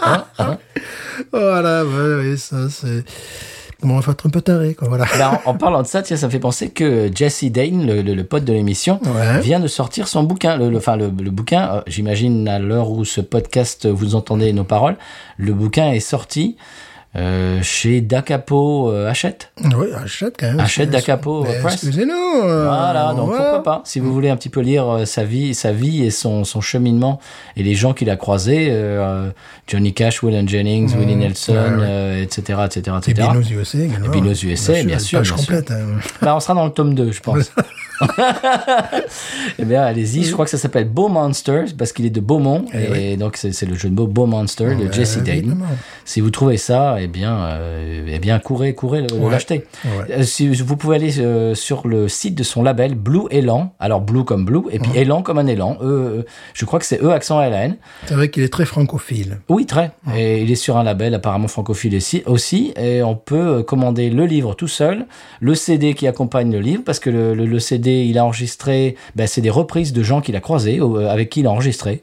Speaker 1: Ah,
Speaker 3: voilà, ouais, ouais, ça, c'est. Bon, il faut être un peu taré, quoi, voilà.
Speaker 1: Bah, en, en parlant de ça, tiens, ça me fait penser que Jesse Dane, le, le- le pote de l'émission,
Speaker 3: Ouais.
Speaker 1: vient de sortir son bouquin. Le, le- enfin, le, le bouquin, euh, j'imagine à l'heure où ce podcast, euh, vous entendez nos paroles, le bouquin est sorti euh, chez Dacapo euh, Hachette.
Speaker 3: Oui, achète quand même.
Speaker 1: Achète d'Acapo
Speaker 3: Mais
Speaker 1: Press.
Speaker 3: Excusez-nous. euh,
Speaker 1: Voilà, donc
Speaker 3: voilà.
Speaker 1: pourquoi pas Si vous voulez un petit peu lire euh, sa vie, sa vie et son, son cheminement et les gens qu'il a croisés, euh, Johnny Cash, William Jennings, Willie Nelson, euh, etc., etc.,
Speaker 3: Et
Speaker 1: etc.
Speaker 3: Binous USA également.
Speaker 1: Et Binous USA, bien sûr,
Speaker 3: Page
Speaker 1: bien sûr.
Speaker 3: complète. hein.
Speaker 1: Bah, on sera dans le tome 2, je pense. eh bien, allez-y. Je crois que ça s'appelle Beau Monsters parce qu'il est de Beaumont. et donc, c'est c'est le jeu de mots Beau Monster de
Speaker 3: Eh Ouais,
Speaker 1: Jesse Dane.
Speaker 3: évidemment.
Speaker 1: Si vous trouvez ça, eh bien, euh, eh bien courez, courez le-
Speaker 3: Ouais.
Speaker 1: l'acheter.
Speaker 3: Ouais.
Speaker 1: Euh, si vous pouvez aller euh, sur le site de son label Blue Elan. Alors, Blue comme Blue, et puis Elan comme un élan. Euh, euh, je crois que c'est E accent LAN.
Speaker 3: C'est vrai qu'il est très francophile.
Speaker 1: Oui, très. Et il est sur un label apparemment francophile aussi- aussi. Et on peut euh, commander le livre tout seul, le CD qui accompagne le livre, parce que le, le- le CD, il a enregistré, ben, c'est des reprises de gens qu'il a croisés, ou, euh, avec qui il a enregistré.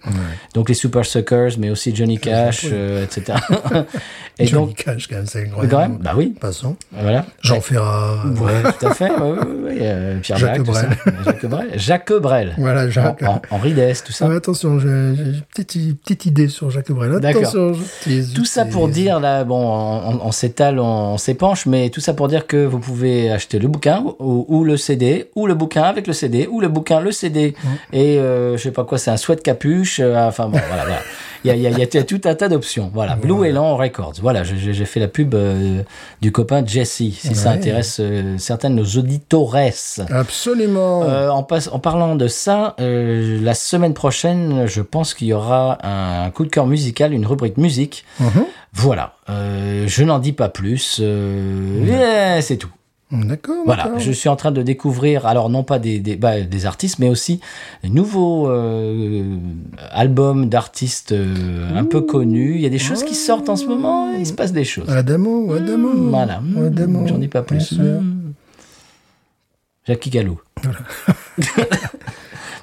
Speaker 1: Donc les Super Suckers, mais aussi Johnny Cash, euh, etc. Et
Speaker 3: Johnny
Speaker 1: donc,
Speaker 3: Cash, quand même, c'est
Speaker 1: mais
Speaker 3: incroyable.
Speaker 1: quand même, bah oui,
Speaker 3: Passons.
Speaker 1: voilà.
Speaker 3: Jean Ferrat. euh,
Speaker 1: Ouais, tout à fait, ouais, ouais, ouais, euh, Pierre
Speaker 3: Jacques
Speaker 1: Jacques Brel.
Speaker 3: Brel.
Speaker 1: Jacques Brel. Jacques Brel.
Speaker 3: Voilà, Jacques.
Speaker 1: Hen- Hen- Henri Dess, tout ça.
Speaker 3: Ouais, attention, j'ai j'ai une petite, petite idée sur Jacques Brel.
Speaker 1: D'accord.
Speaker 3: Attention, je tease,
Speaker 1: Tout
Speaker 3: je
Speaker 1: ça pour
Speaker 3: tease.
Speaker 1: dire, là, bon, on, on s'étale, on, on s'épanche, mais tout ça pour dire que vous pouvez acheter le bouquin ou, ou le CD, ou le bouquin avec le CD, ou le bouquin, le CD, et euh, je sais pas quoi, c'est un sweat capuche, euh, enfin bon, voilà, voilà. Il y a, il y a- il y a tout un tas d'options. Voilà, Blue Elan Records. Voilà, je- je- j'ai fait la pub euh, du copain Jesse, si ça
Speaker 3: Ouais.
Speaker 1: intéresse euh, certains de nos auditoresses.
Speaker 3: Absolument.
Speaker 1: Euh, en, passe- en parlant de ça, euh, la semaine prochaine, je pense qu'il y aura un coup de cœur musical, une rubrique musique.
Speaker 3: Mhm.
Speaker 1: Voilà, Euh, je n'en dis pas plus. Euh, eh, c'est tout.
Speaker 3: D'accord.
Speaker 1: Voilà,
Speaker 3: d'accord.
Speaker 1: je suis en train de découvrir, alors non pas des, des, bah, des artistes, mais aussi des nouveaux euh, albums d'artistes euh, un peu connus. Il y a des choses qui sortent en ce moment, il se passe des choses.
Speaker 3: Ah, Adamo, Adamo.
Speaker 1: Hmm, Voilà, Mmh,
Speaker 3: Adamo.
Speaker 1: j'en dis pas plus.
Speaker 3: Bien sûr.
Speaker 1: Mmh. Jackie Gallo.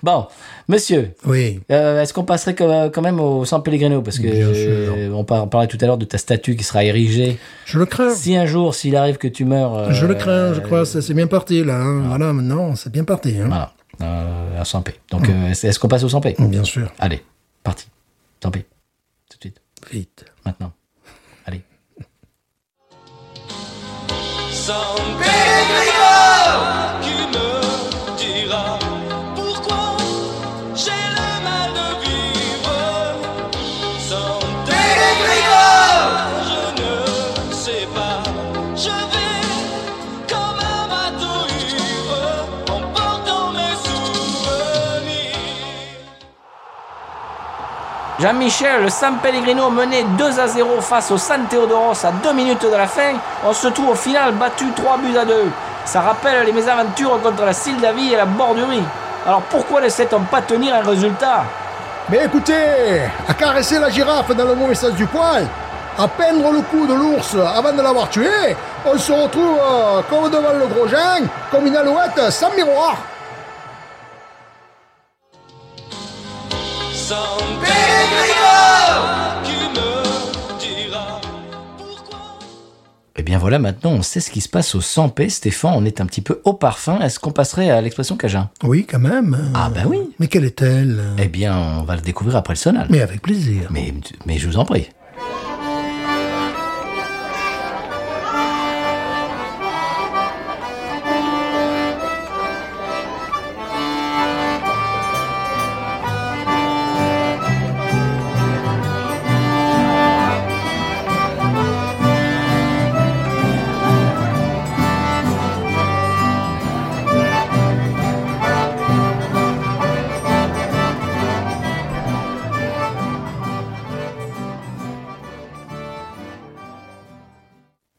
Speaker 1: bon, monsieur,
Speaker 3: Oui.
Speaker 1: euh, est-ce qu'on passerait que- quand même au San Pellegrino Parce que
Speaker 3: Bien sûr.
Speaker 1: euh, on par- on parlait tout à l'heure de ta statue qui sera érigée.
Speaker 3: Je le crains.
Speaker 1: Si un jour, s'il arrive que tu meurs. euh,
Speaker 3: Je le crains, je crois. ça, C'est bien parti, là.
Speaker 1: Ah.
Speaker 3: hein. Voilà, maintenant, c'est bien parti. hein.
Speaker 1: Voilà, euh, un 100p. Donc, euh, est-ce est-ce qu'on passe au 100p
Speaker 3: Bien sûr.
Speaker 1: Allez, parti. 100p. Tout de suite,
Speaker 3: Vite.
Speaker 1: maintenant. Allez.
Speaker 5: Thank
Speaker 6: Sans Pellegrino Qui me dira pourquoi j'ai le mal de vivre Sans Pellegrino Je ne sais pas Je vais comme un bateau ivre En portant mes souvenirs
Speaker 1: Jean-Michel, le San Pellegrino menait 2 à 0 face au San Teodoros à 2 minutes de la fin. On se trouve au final battu 3 buts à 2. Ça rappelle les mésaventures contre la Sildavie et la Bordurie. Alors pourquoi ne sait-on pas tenir un résultat
Speaker 3: Mais écoutez, à caresser la girafe dans le mauvais sens du poil, à peindre le cou de l'ours avant de l'avoir tué, on se retrouve euh, comme devant le gros Jean, comme une alouette sans miroir.
Speaker 6: Sans Pellegrino Qui me dira pourquoi
Speaker 1: Eh bien voilà, maintenant on sait ce qui se passe au 100p. Stéphane, on est un petit peu au parfum. Est-ce qu'on passerait à l'expression Cajun
Speaker 3: Oui, quand même.
Speaker 1: Ah, bah oui.
Speaker 3: Mais quelle est-elle
Speaker 1: Eh bien, on va le découvrir après le sonal.
Speaker 3: Mais avec plaisir.
Speaker 1: Mais, mais je vous en prie.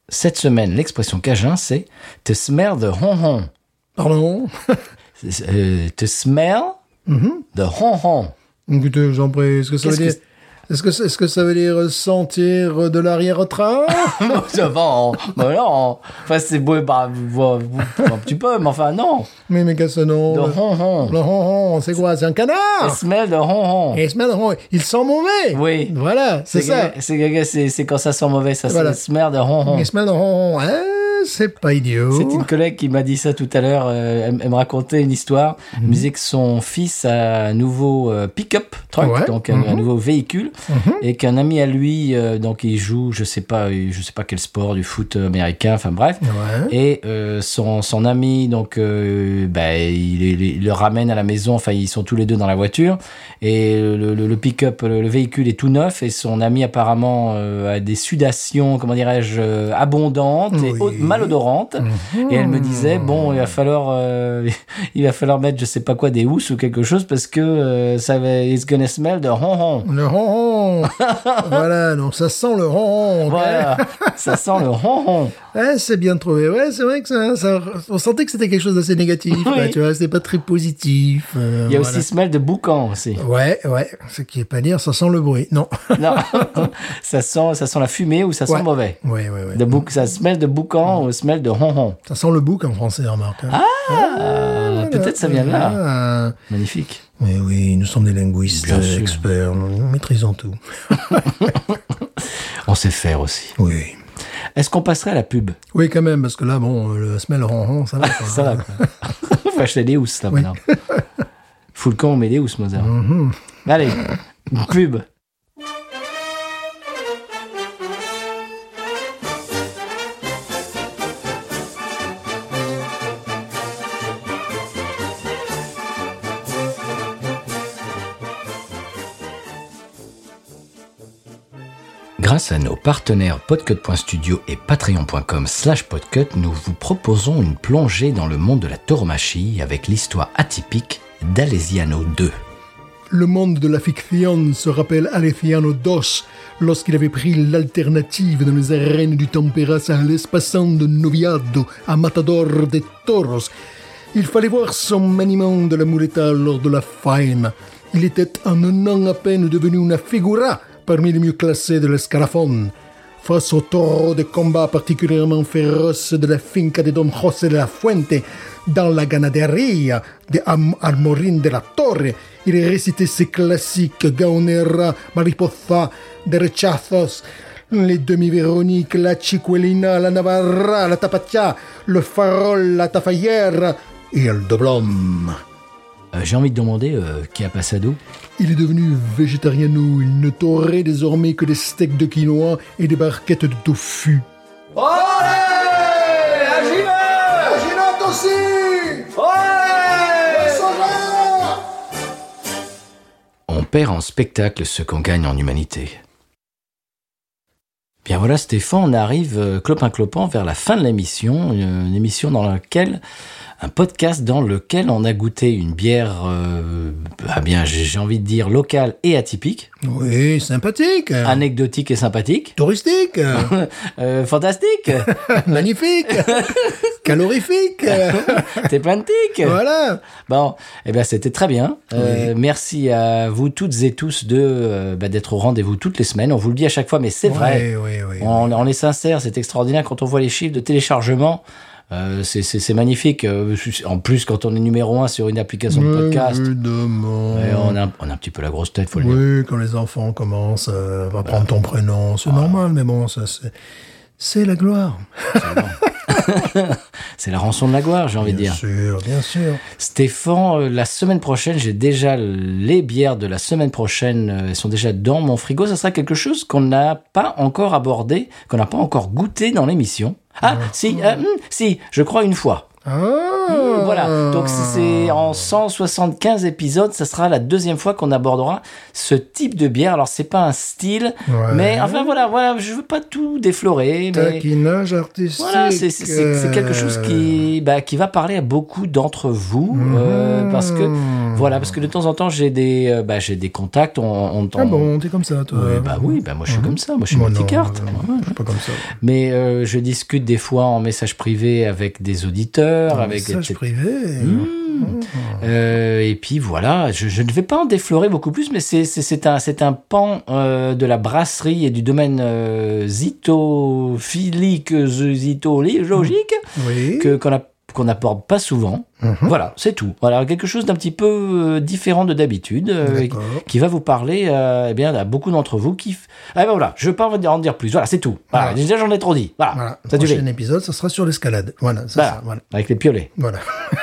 Speaker 1: Cette semaine, l'expression Cajun, c'est te smell the honhon.
Speaker 3: Pardon
Speaker 1: C'est- euh, te smell
Speaker 3: Mm-hmm.
Speaker 1: the honhon.
Speaker 3: Écoutez, je vous en prie, est-ce que ça
Speaker 1: Qu'est-ce
Speaker 3: veut
Speaker 1: que
Speaker 3: dire... Est-ce que, ça- est-ce que ça veut dire sentir de l'arrière-train
Speaker 1: Devant, bah non. Enfin, c'est beau, bah, bah, bah, un petit peu, mais enfin, non.
Speaker 3: Mais mais qu'est-ce que non
Speaker 1: The honhon.
Speaker 3: Le ronron, c'est quoi C'est un
Speaker 1: Te
Speaker 3: canard
Speaker 1: smell the honhon.
Speaker 3: Et il se met dans- Il sent mauvais
Speaker 1: Oui.
Speaker 3: Voilà, c'est ça.
Speaker 1: C'est gaga, c'est- c'est quand ça sent mauvais, ça.
Speaker 3: Voilà.
Speaker 1: C'est smell the honhon.
Speaker 3: Il se met dans ronron. Hein, c'est pas idiot.
Speaker 1: Ah. C'est une collègue qui m'a dit ça tout à l'heure. euh, elle, elle me racontait une histoire.
Speaker 3: Mhm.
Speaker 1: Elle me disait que son fils a un nouveau euh, pick-up truck,
Speaker 3: Ouais. Mhm.
Speaker 1: donc un, un nouveau véhicule, et qu'un ami à lui, euh, donc il joue, je sais pas, euh, je sais pas quel sport, du foot euh, américain, enfin bref.
Speaker 3: Ouais.
Speaker 1: Et euh, son, son ami, donc, euh, bah, il, il- il le ramène à la maison. Enfin, ils sont tous les deux dans la voiture. Et le, le- le pick-up, le, le véhicule est tout neuf. Et son ami, apparemment, euh, a des sudations, comment dirais-je, euh, abondantes et
Speaker 3: Oui. Mhm.
Speaker 1: au- malodorantes. Et elle me disait, bon, il va falloir, euh, il va falloir mettre, je sais pas quoi, des housses ou quelque chose parce que euh, ça va, it's gonna smell de ronron.
Speaker 3: Le ronron. voilà, donc ça sent le ronron. ok
Speaker 1: Voilà, ça sent le ronron.
Speaker 3: Ouais, hein? c'est bien trouvé. Ouais, c'est vrai que ça, ça- on sentait que c'était quelque chose d'assez négatif.
Speaker 1: Oui.
Speaker 3: là, tu vois, c'était pas très positif. euh,
Speaker 1: Il y a
Speaker 3: voilà.
Speaker 1: aussi smell de boucan aussi.
Speaker 3: Ouais, ouais. Ce qui est pas dire, ça sent le bruit. Non.
Speaker 1: Non, ça sent, ça sent la fumée ou ça sent
Speaker 3: Ouais.
Speaker 1: mauvais.
Speaker 3: ouais, ouais, ouais.
Speaker 1: De bouc, ça smell de boucan ou smell de ronron.
Speaker 3: Ça sent le bouc en français, remarque. Ah,
Speaker 1: Ah, peut-être ça vient de là. Magnifique.
Speaker 3: Mais oui, nous sommes des linguistes
Speaker 1: Bien sûr.
Speaker 3: experts, nous maîtrisons tout.
Speaker 1: On sait faire aussi.
Speaker 3: Oui.
Speaker 1: Est-ce qu'on passerait à la pub
Speaker 3: Oui, quand même, parce que là, bon, euh, le smell ronron, ça va. quoi.
Speaker 1: Ça va. quoi. Faut acheter des housses là maintenant. Faut le camp, on met des housses, Mozart. Allez, pub. Grâce à nos partenaires podcut.studio et patreon.com slash podcut, nous vous proposons une plongée dans le monde de la tauromachie avec l'histoire atypique d'Alesiano II.
Speaker 3: Le monde de la fiction se rappelle Aleciano Dos lorsqu'il avait pris l'alternative dans les arènes du Temperas à l'espasant de Noviado à Matador de Toros. Il fallait voir son maniement de la muleta lors de la faine. Il était en un an à peine devenu una figura parmi les mieux classés de l'escalafon. Face au taureau de combat particulièrement féroce de la finca de Don José de la Fuente, dans la ganaderia de Am- Almorin de la Torre, il récitait ses classiques Gaonera, Mariposa, de Rechazos, les demi-véroniques, la Chicuelina, la Navarra, la Tapatia, le Farol, la Tafayère et le Doblom.
Speaker 1: Euh, J'ai envie de demander euh, qui a passé à nous
Speaker 3: Il est devenu végétariano, il ne torerait désormais que des steaks de quinoa et des barquettes de tofu.
Speaker 6: Allez, à
Speaker 7: aussi
Speaker 1: On perd en spectacle ce qu'on gagne en humanité. Bien voilà Stéphane, on arrive euh, clopin clopin vers la fin de l'émission, une, une émission dans laquelle un podcast dans lequel on a goûté une bière, euh, ah bien j'ai j'ai envie de dire locale et atypique,
Speaker 3: Oui, sympathique, euh,
Speaker 1: anecdotique et sympathique,
Speaker 3: touristique,
Speaker 1: euh, fantastique,
Speaker 3: magnifique, calorifique, euh,
Speaker 1: t'es plein de tics.
Speaker 3: voilà.
Speaker 1: Bon, eh bien, c'était très bien. Euh, Merci à vous toutes et tous de euh, bah, d'être au rendez-vous toutes les semaines. On vous le dit à chaque fois, mais c'est vrai.
Speaker 3: Oui, oui, oui.
Speaker 1: On, on est sincère, c'est extraordinaire quand on voit les chiffres de téléchargement. euh, c'est- c'est c'est magnifique. Euh, En plus, quand on est numéro un sur une application de podcast,
Speaker 3: Évidemment.
Speaker 1: euh, on, a, on a un petit peu la grosse tête, faut le dire.
Speaker 3: Oui, quand les enfants commencent euh, à prendre ton prénom,
Speaker 1: Ah.
Speaker 3: c'est normal, mais bon, ça, c'est, c'est la gloire.
Speaker 1: C'est la rançon de la gloire, j'ai envie de
Speaker 3: Bien
Speaker 1: dire.
Speaker 3: sûr, bien sûr.
Speaker 1: Stéphane, euh, la semaine prochaine, j'ai déjà les bières de la semaine prochaine. euh, Elles sont déjà dans mon frigo. Ça sera quelque chose qu'on n'a pas encore abordé, qu'on n'a pas encore goûté dans l'émission. Ah, si, euh, hmm, si, je crois une fois.
Speaker 3: Ah,
Speaker 1: Hmm, Voilà. Donc c'est en 175 épisodes, ça sera la deuxième fois qu'on abordera ce type de bière. Alors c'est pas un style,
Speaker 3: Ouais.
Speaker 1: mais enfin voilà, voilà, je veux pas tout déflorer, mais
Speaker 3: Taquinage artistique.
Speaker 1: voilà, c'est c'est- c'est- c'est quelque chose qui, bah, qui va parler à beaucoup d'entre vous,
Speaker 3: Mhm.
Speaker 1: euh, parce que
Speaker 3: Mmh.
Speaker 1: voilà, parce que de temps en temps j'ai des, euh, bah, j'ai des contacts, on, on,
Speaker 3: Ah
Speaker 1: on-
Speaker 3: bon, t'es comme ça, toi. Mhm.
Speaker 1: Ouais, bah oui, bah moi je suis comme ça, moi je suis
Speaker 3: Moi, non,
Speaker 1: multicarte.
Speaker 3: euh,
Speaker 1: Ouais,
Speaker 3: je suis pas comme ça.
Speaker 1: Mais euh, je discute des fois en message privé avec des auditeurs, avec Mmh. Hmm.
Speaker 3: Message
Speaker 1: etc.
Speaker 3: privé.
Speaker 1: Euh, et puis voilà, je, je ne vais pas en déflorer beaucoup plus, mais c'est- c'est c'est un, c'est un pan euh, de la brasserie et du domaine euh, zitophilique, zitologique,
Speaker 3: Oui.
Speaker 1: que qu'on a- qu'on n'aborde pas souvent. Voilà, c'est tout. Voilà, quelque chose d'un petit peu euh, différent de d'habitude, euh, et-
Speaker 3: D'accord.
Speaker 1: qui va vous parler euh, eh bien, à beaucoup d'entre vous qui... f- Ah ben voilà, je ne veux pas en dire- en dire plus. Voilà, c'est tout. Voilà,
Speaker 3: Voilà.
Speaker 1: déjà j'en ai trop dit. Voilà,
Speaker 3: Voilà.
Speaker 1: ça Bah.
Speaker 3: Le
Speaker 1: suffit.
Speaker 3: prochain épisode, ça sera sur l'escalade. Voilà, c'est
Speaker 1: Voilà.
Speaker 3: ça. Voilà.
Speaker 1: Avec les piolets.
Speaker 3: Voilà.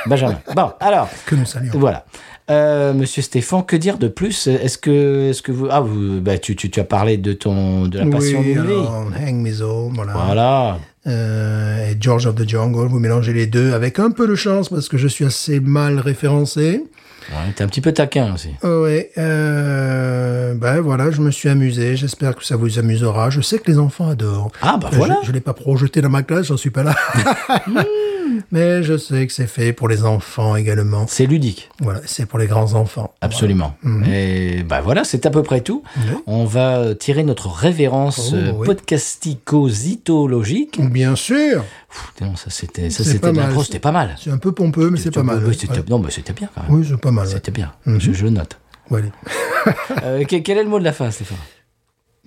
Speaker 1: Benjamin. bon, alors...
Speaker 3: que nous saluons.
Speaker 1: Voilà. Euh, Monsieur Stéphane, que dire de plus Est-ce que, est-ce que vous, ah, vous, bah, tu, tu, tu as parlé de ton, de la passion
Speaker 3: oui,
Speaker 1: de
Speaker 3: alors, euh, Hang Me Zone, voilà.
Speaker 1: Voilà.
Speaker 3: Euh, et George of the Jungle, vous mélangez les deux avec un peu de chance parce que je suis assez mal référencé.
Speaker 1: Ouais, T'es un petit peu taquin aussi.
Speaker 3: Euh, Ouais, euh, ben voilà, je me suis amusé. J'espère que ça vous amusera. Je sais que les enfants adorent.
Speaker 1: Ah, bah
Speaker 3: Je-
Speaker 1: voilà.
Speaker 3: Je, l'ai pas projeté dans ma classe, j'en suis pas là.
Speaker 1: Mmh.
Speaker 3: Mais je sais que c'est fait pour les enfants également.
Speaker 1: C'est ludique.
Speaker 3: Voilà, c'est pour les grands enfants.
Speaker 1: Absolument.
Speaker 3: Mhm.
Speaker 1: Et bah voilà, c'est à peu près tout. On va euh, tirer notre révérence
Speaker 3: Oh,
Speaker 1: euh,
Speaker 3: oui.
Speaker 1: podcastico-zitologique.
Speaker 3: Bien sûr,
Speaker 1: Pff, non, ça c'était, ça
Speaker 3: C'est
Speaker 1: c'était
Speaker 3: pas
Speaker 1: de
Speaker 3: mal.
Speaker 1: l'intro, c'était pas mal.
Speaker 3: c'est un peu pompeux, mais c'est pas mal.
Speaker 1: Oui, c'était-
Speaker 3: Ouais.
Speaker 1: Non, mais c'était bien quand même.
Speaker 3: Oui, c'est pas mal. ouais. Mhm.
Speaker 1: C'était bien. Je, je note.
Speaker 3: Ouais, allez.
Speaker 1: Euh, quel, quel est le mot de la fin, Stéphane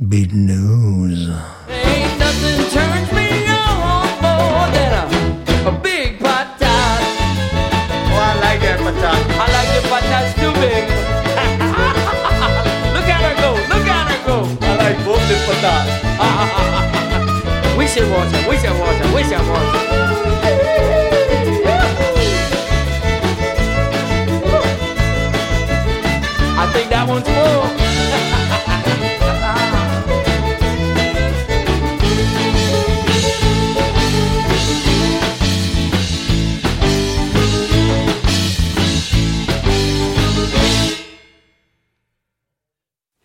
Speaker 3: Big news.
Speaker 8: Ain't nothing turns me on more than a, a big patat. Oh, I like that patat. I like the patats too big. look at her go, look at her go. I like both the patats. we should watch her, we should watch her, we should watch her. I think that one's full.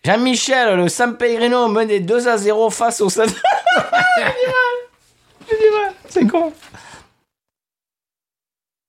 Speaker 1: Jean-Michel, le San Pellegrino menait 2 à 0 face au San. J'ai du mal. J'ai du mal. C'est con.